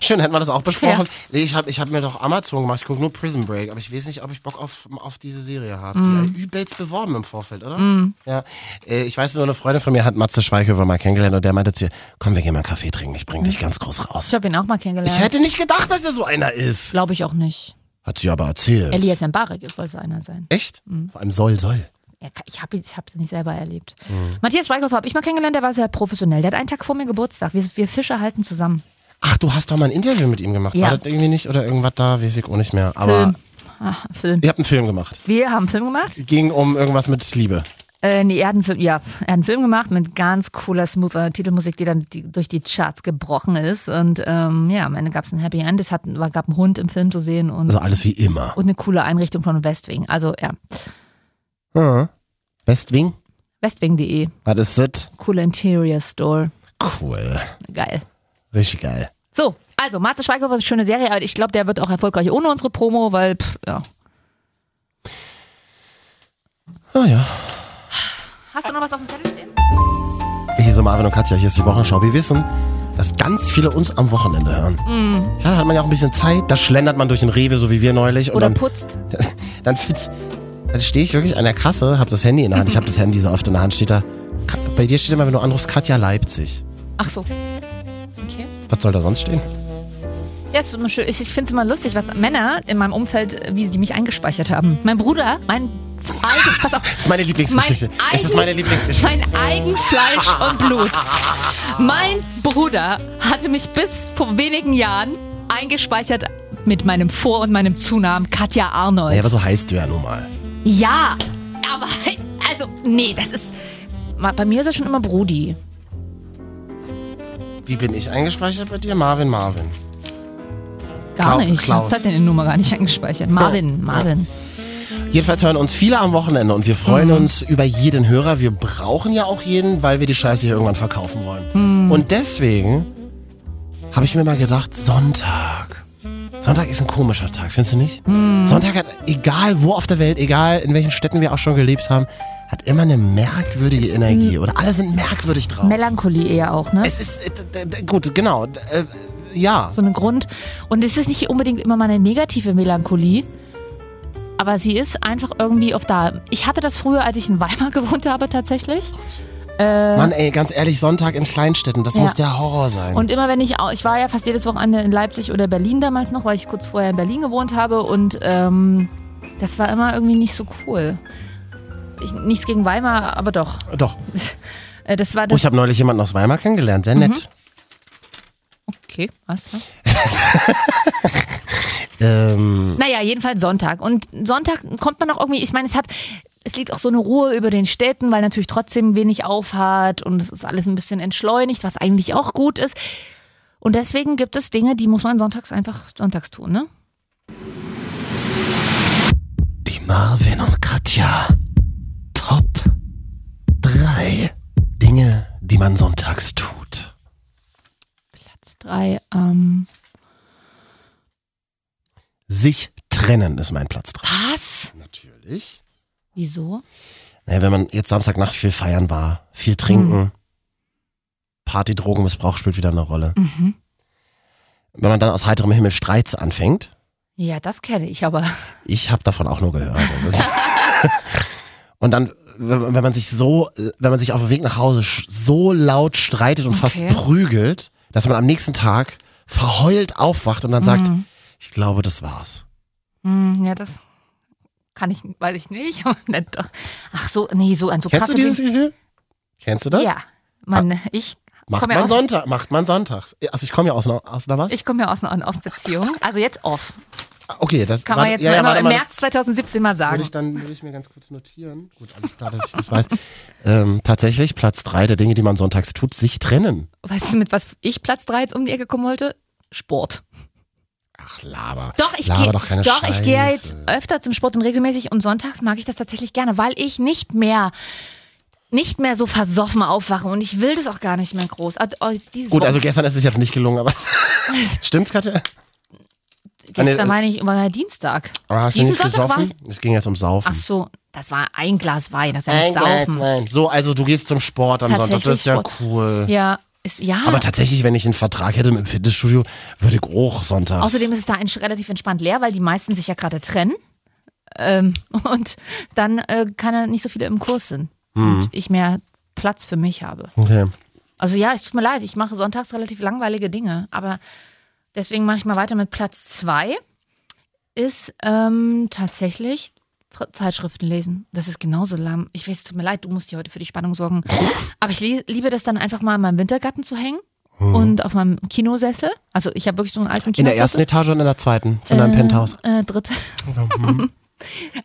Speaker 2: schön, hätten wir das auch besprochen. Nee, ich habe ich hab mir doch Amazon gemacht. Ich gucke nur Prison Break. Aber ich weiß nicht, ob ich Bock auf, auf diese Serie habe.
Speaker 1: Mhm.
Speaker 2: Die ja übelst beworben im Vorfeld, oder? Ja. Äh, Ich weiß nur, eine Freundin von mir hat Matze Schweighöfer mal kennengelernt und der meinte zu ihr, komm, wir gehen mal einen Kaffee trinken. Ich bringe dich
Speaker 1: Mhm.
Speaker 2: ganz groß raus.
Speaker 1: Ich habe ihn auch mal kennengelernt.
Speaker 2: Ich hätte nicht gedacht, dass er so einer ist.
Speaker 1: Glaube ich auch nicht.
Speaker 2: Hat sie aber erzählt.
Speaker 1: Elias Mbarek soll so einer sein.
Speaker 2: Echt?
Speaker 1: Mhm.
Speaker 2: Vor allem soll, soll.
Speaker 1: Er kann- Ich habe ich hab's nicht selber erlebt.
Speaker 2: Mhm.
Speaker 1: Matthias Schweighöfer habe ich mal kennengelernt, der war sehr professionell. Der hat einen Tag vor mir Geburtstag. Wir, wir Fische halten zusammen.
Speaker 2: Ach, du hast doch mal ein Interview mit ihm gemacht.
Speaker 1: Ja.
Speaker 2: War das irgendwie nicht oder irgendwas da? Weiß ich auch nicht mehr. Aber
Speaker 1: Film. Ah, Film.
Speaker 2: ihr habt einen Film gemacht.
Speaker 1: Wir haben einen Film gemacht.
Speaker 2: Ging um irgendwas mit Liebe.
Speaker 1: Äh, nee, er hat, einen Film, ja, er hat einen Film gemacht mit ganz cooler Smooth äh, Titelmusik, die dann die, durch die Charts gebrochen ist. Und ähm, ja, am Ende gab es ein Happy End. Es hat, war, gab einen Hund im Film zu sehen und,
Speaker 2: Also alles wie immer.
Speaker 1: und eine coole Einrichtung von Westwing. Also ja,
Speaker 2: Mhm. Westwing?
Speaker 1: westwing.de,
Speaker 2: Was ist das?
Speaker 1: cooler Interior Store.
Speaker 2: Cool.
Speaker 1: Geil.
Speaker 2: Richtig geil.
Speaker 1: So, also Matze Schweighöfer ist eine schöne Serie, aber ich glaube, der wird auch erfolgreich ohne unsere Promo, weil pff, ja.
Speaker 2: Ah ja.
Speaker 1: Hast du noch was auf dem Zettel stehen?
Speaker 2: Hier sind Marvin und Katja, hier ist die Wochenschau. Wir wissen, dass ganz viele uns am Wochenende hören.
Speaker 1: Mm.
Speaker 2: Klar, da hat man ja auch ein bisschen Zeit. Da schlendert man durch den Rewe, so wie wir neulich.
Speaker 1: Oder
Speaker 2: und dann,
Speaker 1: putzt?
Speaker 2: dann, dann stehe ich wirklich an der Kasse, habe das Handy in der Hand. Ich habe das Handy so oft in der Hand, steht da. Ka- Bei dir steht immer, wenn du anrufst, Katja Leipzig.
Speaker 1: Ach so. Okay.
Speaker 2: Was soll da sonst stehen?
Speaker 1: Ja, ist immer schön. Ich, ich finde es immer lustig, was Männer in meinem Umfeld, äh, wie die mich eingespeichert haben. Mein Bruder, mein eigen, pass auf,
Speaker 2: Das ist meine Lieblingsgeschichte.
Speaker 1: Mein
Speaker 2: es ist
Speaker 1: eigen-
Speaker 2: meine Lieblingsgeschichte.
Speaker 1: mein eigen Fleisch und Blut. Mein Bruder hatte mich bis vor wenigen Jahren eingespeichert mit meinem Vor- und meinem Zunamen Katja Arnold.
Speaker 2: naja, aber so heißt du ja nun mal.
Speaker 1: Ja, aber also nee, das ist Ma- bei mir ist er schon immer Brudi.
Speaker 2: Wie bin ich eingespeichert bei dir? Marvin, Marvin.
Speaker 1: Gar
Speaker 2: Klau-
Speaker 1: nicht.
Speaker 2: Klaus.
Speaker 1: Ich hab deine Nummer gar nicht eingespeichert. Marvin, Marvin.
Speaker 2: Jedenfalls hören uns viele am Wochenende und wir freuen
Speaker 1: Mhm.
Speaker 2: uns über jeden Hörer. Wir brauchen ja auch jeden, weil wir die Scheiße hier irgendwann verkaufen wollen.
Speaker 1: Mhm.
Speaker 2: Und deswegen habe ich mir mal gedacht, Sonntag. Sonntag ist ein komischer Tag, findest du nicht?
Speaker 1: Mhm.
Speaker 2: Sonntag hat, egal wo auf der Welt, egal in welchen Städten wir auch schon gelebt haben, hat immer eine merkwürdige Energie. Oder alle sind merkwürdig drauf.
Speaker 1: Melancholie eher auch, ne?
Speaker 2: es ist, äh, d- d- gut, genau. d- Äh, ja.
Speaker 1: So ein Grund. Und es ist nicht unbedingt immer mal eine negative Melancholie. Aber sie ist einfach irgendwie oft da. Ich hatte das früher, als ich in Weimar gewohnt habe, tatsächlich.
Speaker 2: Mann, ey, ganz ehrlich, Sonntag in Kleinstädten, das
Speaker 1: Äh. Ja.
Speaker 2: muss der Horror sein.
Speaker 1: Und immer wenn ich, au- ich war ja fast jedes Wochenende in Leipzig oder Berlin damals noch, weil ich kurz vorher in Berlin gewohnt habe und ähm, das war immer irgendwie nicht so cool. Ich, nichts gegen Weimar, aber doch.
Speaker 2: Doch.
Speaker 1: Äh, das war
Speaker 2: Oh,
Speaker 1: das.
Speaker 2: ich habe neulich jemanden aus Weimar kennengelernt, sehr nett.
Speaker 1: Okay, alles klar.
Speaker 2: Ähm,
Speaker 1: Naja, jedenfalls Sonntag. Und Sonntag kommt man auch irgendwie, ich meine, es hat, es liegt auch so eine Ruhe über den Städten, weil natürlich trotzdem wenig aufhat und es ist alles ein bisschen entschleunigt, was eigentlich auch gut ist. Und deswegen gibt es Dinge, die muss man sonntags einfach sonntags tun, ne?
Speaker 2: die Marvin und Katja. Top drei Dinge, die man sonntags tut.
Speaker 1: Platz drei, ähm.
Speaker 2: Sich trennen ist mein Platz drei.
Speaker 1: Was?
Speaker 2: Natürlich.
Speaker 1: Wieso?
Speaker 2: Naja, wenn man jetzt Samstagnacht viel feiern war, viel trinken, Party, Drogenmissbrauch spielt wieder eine Rolle.
Speaker 1: Mhm.
Speaker 2: Wenn man dann aus heiterem Himmel Streits anfängt,
Speaker 1: Ja, das kenne ich, aber
Speaker 2: Ich habe davon auch nur gehört. Also und dann, wenn wenn man sich so, wenn man sich auf dem Weg nach Hause sch- so laut streitet und fast
Speaker 1: Okay.
Speaker 2: prügelt, dass man am nächsten Tag
Speaker 1: Mhm.
Speaker 2: verheult aufwacht und dann sagt, ich glaube, das war's.
Speaker 1: hm, ja, das Kann ich, weiß ich nicht. Ach so, nee, so an so
Speaker 2: Kennst du
Speaker 1: krasse
Speaker 2: dieses
Speaker 1: Dinge-
Speaker 2: Gefühl? Kennst du das?
Speaker 1: Oh,
Speaker 2: Ah,
Speaker 1: Ja, man, ich
Speaker 2: Macht
Speaker 1: komme
Speaker 2: man
Speaker 1: ja aus,
Speaker 2: Sonntag, macht man sonntags. Also ich komme ja aus einer, aus einer was?
Speaker 1: ich komme ja aus einer On-Off-Beziehung. Also jetzt off.
Speaker 2: okay, das
Speaker 1: Kann
Speaker 2: warte,
Speaker 1: man jetzt
Speaker 2: ja, ja,
Speaker 1: mal
Speaker 2: warte
Speaker 1: immer im
Speaker 2: mal, das-
Speaker 1: März 2017 mal
Speaker 2: Würde
Speaker 1: sagen.
Speaker 2: ich dann würde ich mir ganz kurz notieren. Gut, alles klar, dass ich das weiß. Ähm, tatsächlich Platz drei der Dinge, die man sonntags tut, sich trennen.
Speaker 1: Weißt du, mit was ich Platz 3 jetzt um die Ecke kommen wollte? Sport.
Speaker 2: Ach, laber.
Speaker 1: Doch, ich
Speaker 2: laber
Speaker 1: gehe
Speaker 2: doch keine
Speaker 1: doch, ich gehe ja jetzt
Speaker 2: Scheiße.
Speaker 1: öfter zum Sport und regelmäßig und sonntags mag ich das tatsächlich gerne, weil ich nicht mehr nicht mehr so versoffen aufwache und ich will das auch gar nicht mehr groß. Also, oh, jetzt dieses
Speaker 2: Gut,
Speaker 1: Wochen-
Speaker 2: also gestern ist es jetzt nicht gelungen, aber stimmt's, Katja?
Speaker 1: gestern
Speaker 2: nee, äh,
Speaker 1: meine ich war ja Dienstag.
Speaker 2: Aber Oh, hast du
Speaker 1: Diesen
Speaker 2: nicht
Speaker 1: Sonntag war
Speaker 2: gesoffen? Es ging jetzt um Saufen.
Speaker 1: Ach so, das war ein Glas Wein, das ist ja nicht saufen.
Speaker 2: Nein. So, also du gehst zum Sport am Sonntag, das ist ja
Speaker 1: Sport.
Speaker 2: cool.
Speaker 1: Ja, ist ja.
Speaker 2: Aber tatsächlich, wenn ich einen Vertrag hätte mit dem Fitnessstudio, würde ich auch sonntags.
Speaker 1: Außerdem ist es da ein- relativ entspannt leer, weil die meisten sich ja gerade trennen. Ähm, und dann äh, kann er nicht so viele im Kurs sind.
Speaker 2: Hm.
Speaker 1: Und ich mehr Platz für mich habe.
Speaker 2: Okay.
Speaker 1: Also ja, es tut mir leid, ich mache sonntags relativ langweilige Dinge, aber deswegen mache ich mal weiter mit Platz zwei. Ist ähm, tatsächlich Fr- Zeitschriften lesen. Das ist genauso lahm. Ich weiß, es tut mir leid, du musst dir heute für die Spannung sorgen. Aber ich li- liebe das dann einfach mal in meinem Wintergarten zu hängen und auf meinem Kinosessel. Also ich habe wirklich so einen alten
Speaker 2: Hm. In
Speaker 1: Kinosessel.
Speaker 2: der ersten Etage und in der zweiten, von deinem Penthouse.
Speaker 1: Äh, dritte.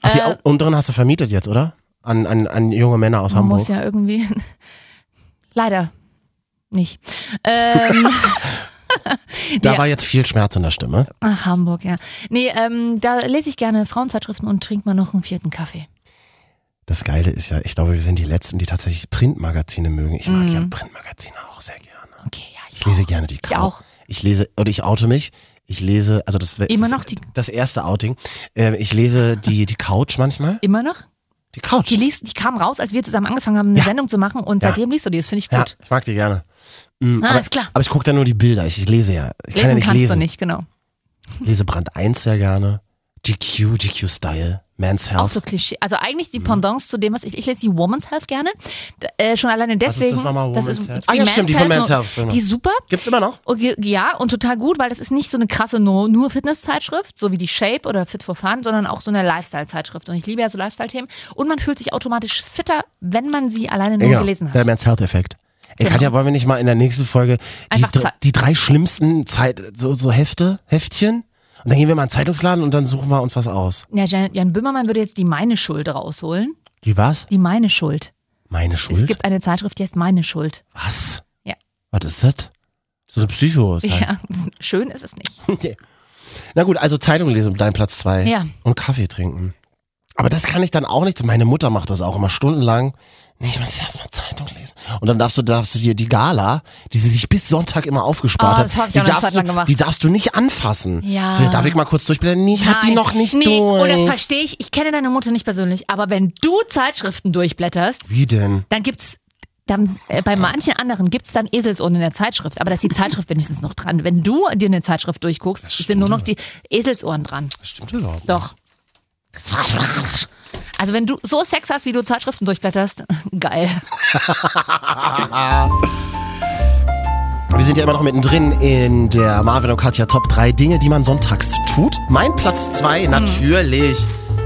Speaker 2: Ach, die au- unteren hast du vermietet jetzt, oder? An, an, an junge Männer aus
Speaker 1: Man
Speaker 2: Hamburg.
Speaker 1: muss ja irgendwie. Leider nicht. Ähm,
Speaker 2: Da
Speaker 1: Ja.
Speaker 2: war jetzt viel Schmerz in der Stimme.
Speaker 1: ach, Hamburg, ja. Nee, ähm, da lese ich gerne Frauenzeitschriften und trinke mal noch einen vierten Kaffee.
Speaker 2: Das Geile ist ja, ich glaube, wir sind die Letzten, die tatsächlich Printmagazine mögen. Ich mag ja Printmagazine auch sehr gerne.
Speaker 1: Okay, ja, Mhm. ich
Speaker 2: Ich lese gerne die Krau.
Speaker 1: auch.
Speaker 2: Ich lese, oder ich oute mich. Ich lese, also das wär-
Speaker 1: Immer
Speaker 2: das,
Speaker 1: noch die-
Speaker 2: das erste Outing. Ähm, ich lese die, die Couch manchmal.
Speaker 1: Immer noch?
Speaker 2: Die Couch.
Speaker 1: Die, liest, die kam raus, als wir zusammen angefangen haben, eine
Speaker 2: Ja.
Speaker 1: Sendung zu machen und
Speaker 2: Ja.
Speaker 1: seitdem liest du die. Das finde ich
Speaker 2: ja,
Speaker 1: gut.
Speaker 2: ich mag die gerne. Mhm,
Speaker 1: Ah,
Speaker 2: aber,
Speaker 1: ist klar.
Speaker 2: aber ich gucke da nur die Bilder. Ich, ich lese ja. Ich kann ja
Speaker 1: lesen
Speaker 2: nicht
Speaker 1: kannst
Speaker 2: lesen.
Speaker 1: du nicht, genau.
Speaker 2: Lese Brand 1 sehr gerne. GQ, GQ Style, Man's Health.
Speaker 1: Auch so Klischee. Also eigentlich
Speaker 2: Mhm.
Speaker 1: die Pendants zu dem, was ich. Ich lese die Woman's Health gerne. D- Äh, schon alleine
Speaker 2: ist das
Speaker 1: deswegen.
Speaker 2: nochmal, Woman's
Speaker 1: ist-
Speaker 2: Health? Ah, ja,
Speaker 1: Men's
Speaker 2: stimmt, die von Men's
Speaker 1: nur-
Speaker 2: Health, genau.
Speaker 1: Die ist super.
Speaker 2: Gibt's immer noch?
Speaker 1: Okay, ja, und total gut, weil das ist nicht so eine krasse nur, nur Fitness-Zeitschrift, so wie die Shape oder Fit for Fun, sondern auch so eine Lifestyle-Zeitschrift. Und ich liebe ja so Lifestyle-Themen. Und man fühlt sich automatisch fitter, wenn man sie alleine nur
Speaker 2: Genau,
Speaker 1: gelesen
Speaker 2: Der
Speaker 1: hat.
Speaker 2: Men's Health Effekt. Ey,
Speaker 1: Genau.
Speaker 2: Katja, wollen wir nicht mal in der nächsten Folge die,
Speaker 1: Einfach
Speaker 2: dr-
Speaker 1: Zeit-
Speaker 2: die drei schlimmsten Zeit, so, so Hefte, Heftchen? Und dann gehen wir mal in den Zeitungsladen und dann suchen wir uns was aus.
Speaker 1: Ja, Jan, Jan Böhmermann würde jetzt die Meine Schuld rausholen.
Speaker 2: Die was?
Speaker 1: Die Meine Schuld.
Speaker 2: Meine
Speaker 1: Es
Speaker 2: Schuld?
Speaker 1: gibt eine Zeitschrift, die heißt Meine Schuld.
Speaker 2: was?
Speaker 1: Ja.
Speaker 2: Was ist das? So eine psycho ja.
Speaker 1: Ja, schön ist es nicht.
Speaker 2: Na gut, also Zeitung lesen, dein Platz zwei.
Speaker 1: Ja.
Speaker 2: Und Kaffee trinken. Aber das kann ich dann auch nicht. Meine Mutter macht das auch immer stundenlang. Nee, ich muss erstmal Zeitung lesen. Und dann darfst du, darfst du dir die Gala, die sie sich bis Sonntag immer aufgespart
Speaker 1: Oh,
Speaker 2: hat,
Speaker 1: das hab ich
Speaker 2: die,
Speaker 1: auch eine
Speaker 2: darfst
Speaker 1: Zeit lang
Speaker 2: du,
Speaker 1: gemacht.
Speaker 2: die darfst du nicht anfassen.
Speaker 1: Ja.
Speaker 2: So, darf ich mal kurz durchblättern? Nee, ich hab die
Speaker 1: Nein.
Speaker 2: noch nicht
Speaker 1: nee,
Speaker 2: durch.
Speaker 1: Oder verstehe ich, ich kenne deine Mutter nicht persönlich, aber wenn du Zeitschriften durchblätterst,
Speaker 2: Wie denn?
Speaker 1: dann gibt's dann, äh, bei manchen anderen gibt's dann Eselsohren in der Zeitschrift, aber da ist die Zeitschrift wenigstens noch dran. Wenn du dir eine Zeitschrift durchguckst, sind nur noch die Eselsohren dran.
Speaker 2: Das stimmt überhaupt nicht.
Speaker 1: Doch. Also wenn du so Sex hast, wie du Zeitschriften durchblätterst, geil.
Speaker 2: Wir sind ja immer noch mittendrin in der Marvin und Katja Top 3 Dinge, die man sonntags tut. Mein Platz 2, natürlich.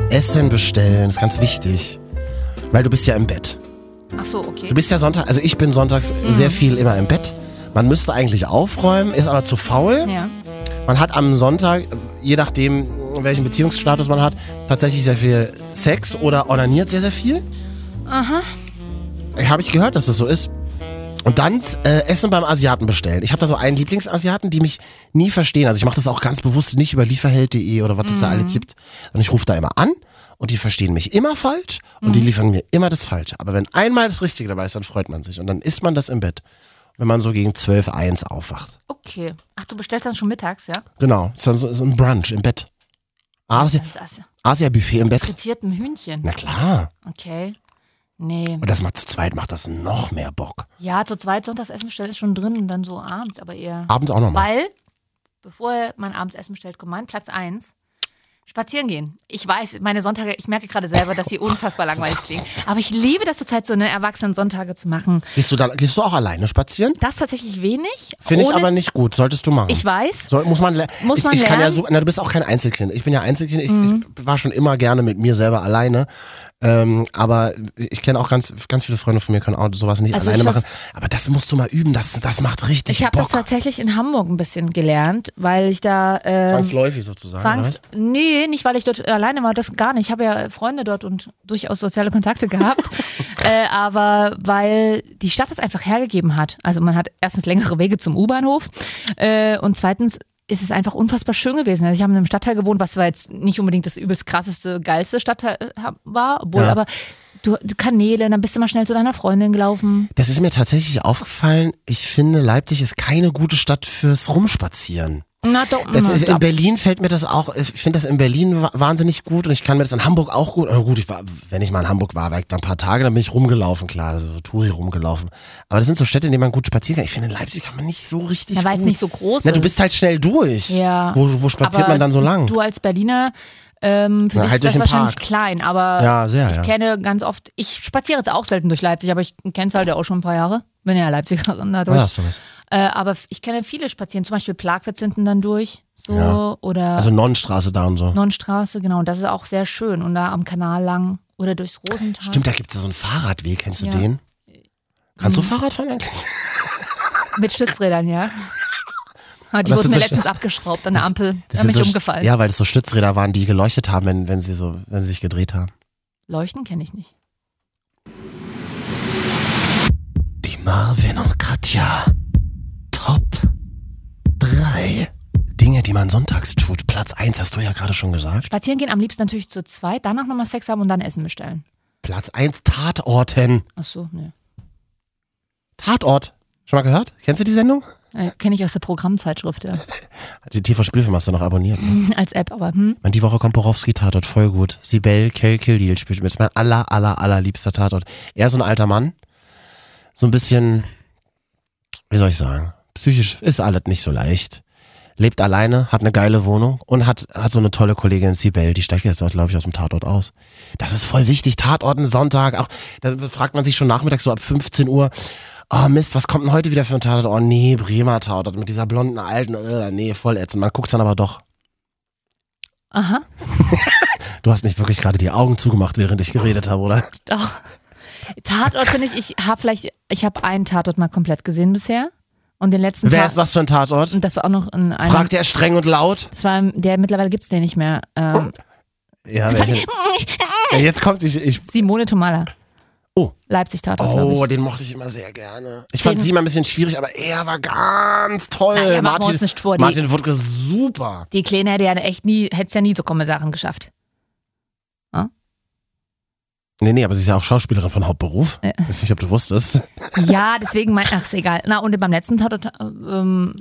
Speaker 2: Essen bestellen, ist ganz wichtig. Weil du bist ja im Bett.
Speaker 1: Ach so, okay.
Speaker 2: Du bist ja Sonntag, also ich bin sonntags sehr viel immer im Bett. Man müsste eigentlich aufräumen, ist aber zu faul.
Speaker 1: Ja.
Speaker 2: Man hat am Sonntag, je nachdem, welchen Beziehungsstatus man hat, tatsächlich sehr viel Sex oder ordiniert sehr, sehr viel. Aha. Habe ich gehört, dass das so ist. Und dann äh, Essen beim Asiaten bestellen. Ich habe da so einen Lieblingsasiaten, die mich nie verstehen. Also ich mache das auch ganz bewusst nicht über lieferheld.de oder was es da alles gibt. Und ich rufe da immer an und die verstehen mich immer falsch und die liefern mir immer das Falsche. Aber wenn einmal das Richtige dabei ist, dann freut man sich. Und dann isst man das im Bett, wenn man so gegen 12, 1 aufwacht.
Speaker 1: Okay. Ach, du bestellst dann schon mittags, ja?
Speaker 2: Genau, ist dann so, so ein Brunch im Bett. Asi-
Speaker 1: Das
Speaker 2: Asia-Buffet im Bett.
Speaker 1: frittiertem Hühnchen.
Speaker 2: Na klar.
Speaker 1: Okay. Nee.
Speaker 2: Und das mal zu zweit macht das noch mehr Bock.
Speaker 1: Ja, zu zweit Sonntagsessen bestellen ist schon drin und dann so abends, aber eher.
Speaker 2: Abends auch nochmal.
Speaker 1: Weil, bevor man abends Essen bestellt, kommt mein Platz 1. Spazieren gehen. Ich weiß, meine Sonntage, ich merke gerade selber, dass sie unfassbar langweilig klingen. Aber ich liebe das zurzeit, so eine Erwachsenen-Sonntage zu machen.
Speaker 2: Gehst du, da, gehst du auch alleine spazieren?
Speaker 1: Das tatsächlich wenig.
Speaker 2: Finde ich
Speaker 1: ohne
Speaker 2: aber
Speaker 1: Z-
Speaker 2: nicht gut. Solltest du machen.
Speaker 1: Ich weiß.
Speaker 2: Soll, muss man, le-
Speaker 1: Muss
Speaker 2: ich,
Speaker 1: man
Speaker 2: ich kann ja
Speaker 1: lernen? Mhm.
Speaker 2: so, na, du bist auch kein Einzelkind. Ich bin ja Einzelkind. Ich, ich war schon immer gerne mit mir selber alleine. Ähm, aber ich kenne auch ganz, ganz viele Freunde von mir, können auch sowas nicht
Speaker 1: Also
Speaker 2: alleine
Speaker 1: ich
Speaker 2: machen.
Speaker 1: was-
Speaker 2: Aber das musst du mal üben. Das, das macht richtig
Speaker 1: Ich habe das
Speaker 2: Bock.
Speaker 1: tatsächlich in Hamburg ein bisschen gelernt, weil ich da. ähm,
Speaker 2: Zwangsläufig sozusagen. oder
Speaker 1: Zwangs
Speaker 2: was?
Speaker 1: nee, nicht, weil ich dort alleine war, das gar nicht. Ich habe ja Freunde dort und durchaus soziale Kontakte gehabt. äh, aber weil die Stadt es einfach hergegeben hat. Also man hat erstens längere Wege zum U-Bahnhof äh, und zweitens ist es einfach unfassbar schön gewesen. Also ich habe in einem Stadtteil gewohnt, was zwar jetzt nicht unbedingt das übelst krasseste, geilste Stadtteil äh, hab- war, obwohl
Speaker 2: Ja.
Speaker 1: aber du, du Kanäle, dann bist du mal schnell zu deiner Freundin gelaufen.
Speaker 2: Das ist mir tatsächlich aufgefallen. Ich finde, Leipzig ist keine gute Stadt fürs Rumspazieren.
Speaker 1: Na doch,
Speaker 2: Das
Speaker 1: na,
Speaker 2: ist, in
Speaker 1: glaub-
Speaker 2: Berlin fällt mir das auch, ich finde das in Berlin wa- wahnsinnig gut und ich kann mir das in Hamburg auch gut, aber gut, ich war, wenn ich mal in Hamburg war, war ich da ein paar Tage, dann bin ich rumgelaufen, klar, also so Touri rumgelaufen. Aber das sind so Städte, in denen man gut spazieren kann. Ich finde, in Leipzig kann man nicht so richtig
Speaker 1: Ja, weil es
Speaker 2: gut-
Speaker 1: nicht so groß
Speaker 2: Na, du
Speaker 1: ist.
Speaker 2: bist halt schnell durch.
Speaker 1: Ja.
Speaker 2: Wo, wo spaziert
Speaker 1: aber
Speaker 2: man dann so lang?
Speaker 1: Du als Berliner, ähm, für
Speaker 2: Na,
Speaker 1: dich ist
Speaker 2: halt
Speaker 1: das
Speaker 2: durch den
Speaker 1: wahrscheinlich
Speaker 2: Park.
Speaker 1: klein, aber
Speaker 2: Ja, sehr,
Speaker 1: ich
Speaker 2: ja.
Speaker 1: kenne ganz oft, ich spaziere jetzt auch selten durch Leipzig, aber ich kenne es halt ja auch schon ein paar Jahre. Bin ja Leipzigerin dadurch.
Speaker 2: Ah, ja, sowas.
Speaker 1: Äh, aber f- ich kenne viele spazieren, zum Beispiel Plagwitz hinten dann durch, so,
Speaker 2: Ja.
Speaker 1: oder
Speaker 2: Also Nonnenstraße da und so.
Speaker 1: Nonnenstraße, genau, und das ist auch sehr schön. Und da am Kanal lang oder durchs Rosental.
Speaker 2: Stimmt, da gibt es so einen Fahrradweg, kennst du
Speaker 1: Ja. Mhm.
Speaker 2: den? Kannst du Fahrrad fahren eigentlich?
Speaker 1: Mit Stützrädern, ja. Aber die
Speaker 2: Das
Speaker 1: wurden
Speaker 2: ist
Speaker 1: mir
Speaker 2: so
Speaker 1: letztens abgeschraubt an der Ampel. Da
Speaker 2: sind
Speaker 1: bin ich
Speaker 2: so,
Speaker 1: umgefallen.
Speaker 2: Ja, weil das so Stützräder waren, die geleuchtet haben, wenn, wenn sie so, wenn sie sich gedreht haben.
Speaker 1: Leuchten kenne ich nicht.
Speaker 2: Die Marvin und Katja. Top 3. Dinge, die man sonntags tut. Platz 1 hast du ja gerade schon gesagt.
Speaker 1: Spazieren gehen am liebsten natürlich zu zweit, danach nochmal Sex haben und dann Essen bestellen.
Speaker 2: Platz 1 Tatorten.
Speaker 1: Ach so, ne.
Speaker 2: Tatort. Schon mal gehört? Kennst du die Sendung?
Speaker 1: Äh, Kenne ich aus der Programmzeitschrift, ja.
Speaker 2: Die TV-Spielfilm hast du noch abonniert. Ne?
Speaker 1: Als App, aber hm.
Speaker 2: Man, die Woche kommt Borowski Tatort, voll gut. Sibel Kell Kildil spielt mit. Das ist mein aller, aller, allerliebster Tatort. Er ist so ein alter Mann. So ein bisschen, wie soll ich sagen, psychisch ist alles nicht so leicht. Lebt alleine, hat eine geile Wohnung und hat, hat so eine tolle Kollegin Sibel, die steigt jetzt, glaube ich, aus dem Tatort aus. Das ist voll wichtig. Tatorten, Sonntag, auch, da fragt man sich schon nachmittags so ab 15 Uhr, oh Mist, was kommt denn heute wieder für ein Tatort? Oh nee, Bremer Tatort mit dieser blonden Alten, äh, nee, voll ätzend. Man guckt's dann aber doch.
Speaker 1: Aha.
Speaker 2: Du hast nicht wirklich gerade die Augen zugemacht, während ich geredet habe, oder?
Speaker 1: Doch. Tatort finde ich, ich habe vielleicht, ich habe einen Tatort mal komplett gesehen bisher. Und den letzten
Speaker 2: Wer ist
Speaker 1: Tatort.
Speaker 2: was für ein Tatort?
Speaker 1: Das war auch noch in einem.
Speaker 2: Fragt er streng und laut?
Speaker 1: das war, im- der mittlerweile gibt's den nicht mehr. Ähm,
Speaker 2: Ja, welchen? Ja, jetzt kommt ich, ich.
Speaker 1: Simone Tomala.
Speaker 2: Oh.
Speaker 1: Leipzig-Tatort,
Speaker 2: Oh,
Speaker 1: glaube ich.
Speaker 2: den mochte ich immer sehr gerne. Ich fand
Speaker 1: Den-
Speaker 2: sie immer ein bisschen schwierig, aber er war ganz toll.
Speaker 1: Na ja, machen wir
Speaker 2: äh, Martin,
Speaker 1: uns nicht vor, die-
Speaker 2: Martin Wuttke, super.
Speaker 1: Die Kleine hätte ja echt nie, hätte ja nie so komme Sachen geschafft.
Speaker 2: Nee, nee, aber sie ist ja auch Schauspielerin von Hauptberuf.
Speaker 1: Ja.
Speaker 2: Weiß nicht, ob du wusstest.
Speaker 1: Ja, deswegen mein, ach, ist egal. Na, und beim letzten Tatort äh, ähm,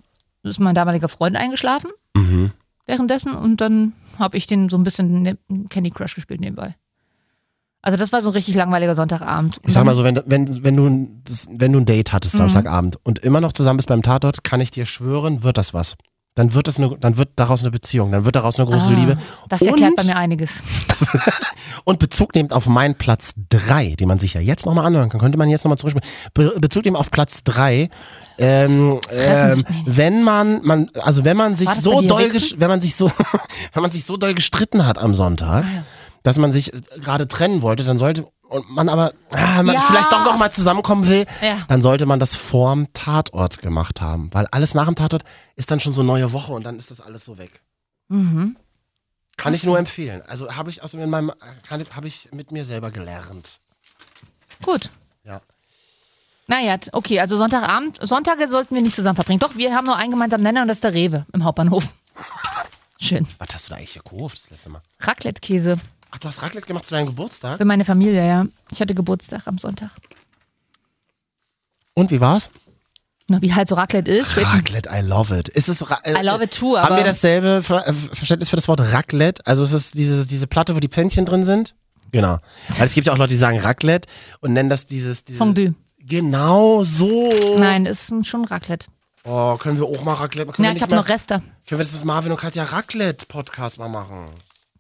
Speaker 1: ist mein damaliger Freund eingeschlafen
Speaker 2: Mhm.
Speaker 1: währenddessen und dann habe ich den so ein bisschen ne Candy Crush gespielt nebenbei. Also das war so ein richtig langweiliger Sonntagabend. Und
Speaker 2: Ich sag
Speaker 1: dann-
Speaker 2: mal so, wenn, wenn, wenn, du, ein- das- wenn du ein Date hattest
Speaker 1: Mhm.
Speaker 2: Samstagabend und immer noch zusammen bist beim Tatort, kann ich dir schwören, wird das was. Dann wird, das eine, dann wird daraus eine Beziehung, dann wird daraus eine große
Speaker 1: Ah,
Speaker 2: Liebe.
Speaker 1: Das erklärt
Speaker 2: Und-
Speaker 1: bei mir einiges.
Speaker 2: Und Bezug nehmend auf meinen Platz 3, den man sich ja jetzt nochmal anhören kann, könnte man jetzt nochmal zurückspielen. Be Bezug nehmen auf Platz 3. Ähm, ähm,
Speaker 1: nicht, nee, nee.
Speaker 2: wenn man, man, also wenn man sich
Speaker 1: War das bei
Speaker 2: so
Speaker 1: dir
Speaker 2: doll,
Speaker 1: Wichsen?
Speaker 2: gesch- wenn man sich so, wenn man sich so doll gestritten hat am Sonntag,
Speaker 1: Ah, ja.
Speaker 2: dass man sich äh, gerade trennen wollte, dann sollte und man aber ah, man
Speaker 1: Ja.
Speaker 2: vielleicht doch noch mal zusammenkommen will,
Speaker 1: Ja.
Speaker 2: dann sollte man das vorm Tatort gemacht haben, weil alles nach dem Tatort ist dann schon so neue Woche und dann ist das alles so weg.
Speaker 1: Mhm.
Speaker 2: Kann ich nur empfehlen. Also habe ich aus in meinem kann, hab ich mit mir selber gelernt.
Speaker 1: Gut.
Speaker 2: Ja.
Speaker 1: Naja, t- okay, also Sonntagabend, Sonntage sollten wir nicht zusammen verbringen. Doch, wir haben nur einen gemeinsamen Nenner und das ist der Rewe im Hauptbahnhof. Schön.
Speaker 2: Was hast du da eigentlich gekauft das letzte Mal?
Speaker 1: Raclette-Käse
Speaker 2: Ach, du hast Raclette gemacht zu deinem Geburtstag?
Speaker 1: für meine Familie, ja. Ich hatte Geburtstag am Sonntag.
Speaker 2: Und wie war's?
Speaker 1: Na, wie halt so Raclette ist. spätestens-
Speaker 2: Raclette, I love it. Ist es Ra äh,
Speaker 1: I love it too,
Speaker 2: Haben
Speaker 1: aber-
Speaker 2: wir dasselbe Ver äh, Verständnis für das Wort Raclette? Also ist es diese, diese Platte, wo die Pfännchen drin sind? Genau. Weil es gibt ja auch Leute, die sagen Raclette und nennen das dieses. dieses
Speaker 1: Fondue.
Speaker 2: Genau so.
Speaker 1: Nein, ist ein- schon Raclette.
Speaker 2: Oh, können wir auch mal Raclette machen?
Speaker 1: Ja, ich habe noch Reste.
Speaker 2: Können wir das mit Marvin und Katja Raclette Podcast mal machen?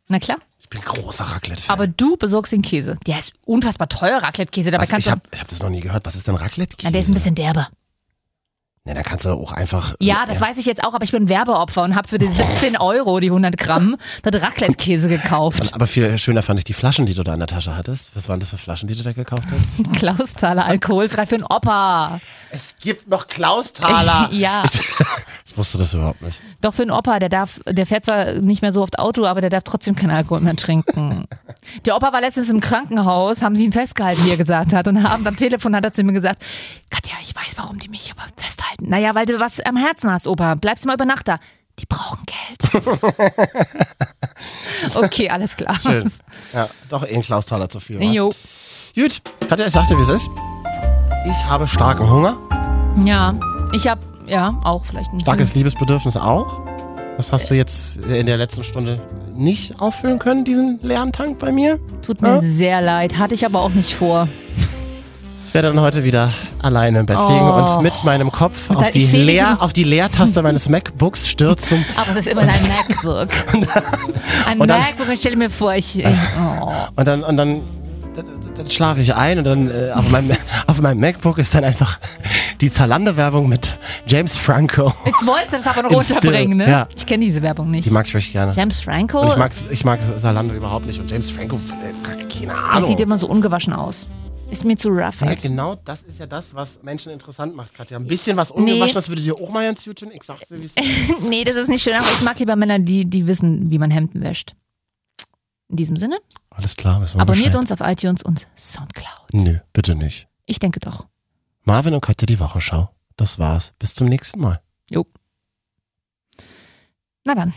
Speaker 1: Na klar.
Speaker 2: Ich bin großer Raclette-Fan.
Speaker 1: Aber du besorgst den Käse. Der ist unfassbar teuer, Raclette-Käse. Dabei
Speaker 2: Was,
Speaker 1: kannst
Speaker 2: Also ich
Speaker 1: du.
Speaker 2: habe ich hab das noch nie gehört. Was ist denn Raclette-Käse?
Speaker 1: Na, der ist ein bisschen derber.
Speaker 2: Nee, da kannst du auch einfach. äh,
Speaker 1: Ja, das weiß ich jetzt auch, aber ich bin Werbeopfer und habe für die 17 Euro, die 100 Gramm, das Raclette-Käse gekauft.
Speaker 2: Aber viel schöner fand ich die Flaschen, die du da in der Tasche hattest. Was waren das für Flaschen, die du da gekauft hast?
Speaker 1: Klausthaler alkoholfrei für einen Opa.
Speaker 2: Es gibt noch Klausthaler.
Speaker 1: ja,
Speaker 2: Ich wusste das überhaupt nicht.
Speaker 1: doch für einen Opa, der darf, der fährt zwar nicht mehr so oft Auto, aber der darf trotzdem keinen Alkohol mehr trinken. Der Opa war letztens im Krankenhaus, haben sie ihn festgehalten, wie er gesagt hat. Und abends am Telefon hat er zu mir gesagt, Katja, ich weiß, warum die mich hier festhalten. Naja, weil du was am Herzen hast, Opa. Bleibst mal über Nacht da. Die brauchen Geld. Okay, alles klar.
Speaker 2: Schön. Ja, doch eh ein Klausthaler zu viel. wa?
Speaker 1: Jo.
Speaker 2: Gut, Katja, ich sagte, wie es ist. Ich habe starken Hunger,
Speaker 1: Ja, ich habe ja auch vielleicht ein
Speaker 2: starkes Liebesbedürfnis auch. Das hast du jetzt in der letzten Stunde nicht auffüllen können, diesen leeren Tank bei mir.
Speaker 1: Tut mir
Speaker 2: Ja?
Speaker 1: sehr leid, hatte ich aber auch nicht vor.
Speaker 2: Ich werde dann heute wieder alleine im Bett liegen und mit meinem Kopf auf
Speaker 1: da-
Speaker 2: die,
Speaker 1: Oh. ich sehe
Speaker 2: Leer,
Speaker 1: diesen-
Speaker 2: auf die Leertaste meines MacBooks stürzen.
Speaker 1: Aber es ist immerhin ein MacBook. Ein
Speaker 2: und dann-
Speaker 1: MacBook, ich stelle mir vor, ich. ich oh.
Speaker 2: Und dann, und dann, dann, dann schlafe ich ein und dann äh, auf, meinem, auf meinem MacBook ist dann einfach die Zalando-Werbung mit James Franco.
Speaker 1: Jetzt wollte das aber noch
Speaker 2: Im Still,
Speaker 1: runterbringen, ne?
Speaker 2: ja.
Speaker 1: Ich kenne diese Werbung nicht.
Speaker 2: Die mag ich wirklich gerne.
Speaker 1: James Franco,
Speaker 2: Und ich mag, ich mag Zalando überhaupt nicht und James Franco, äh, keine
Speaker 1: der
Speaker 2: Ahnung.
Speaker 1: sieht immer so ungewaschen aus. Ist mir zu rough.
Speaker 2: ja,
Speaker 1: als-
Speaker 2: genau das ist ja das, was Menschen interessant macht, Katja. Ein bisschen was Ungewaschenes würde dir auch mal ganz gut tun. Ich sag's dir, wie
Speaker 1: Äh.
Speaker 2: es ist.
Speaker 1: nee, das ist nicht schön, aber ich mag lieber Männer, die, die wissen, wie man Hemden wäscht. In diesem Sinne,
Speaker 2: Alles klar, wissen wir
Speaker 1: abonniert
Speaker 2: Oh, Bescheid.
Speaker 1: uns auf iTunes und Soundcloud.
Speaker 2: Nö, bitte nicht.
Speaker 1: Ich denke doch.
Speaker 2: Marvin und Katja die Wochenschau. Das war's. Bis zum nächsten Mal.
Speaker 1: Jo. Na dann.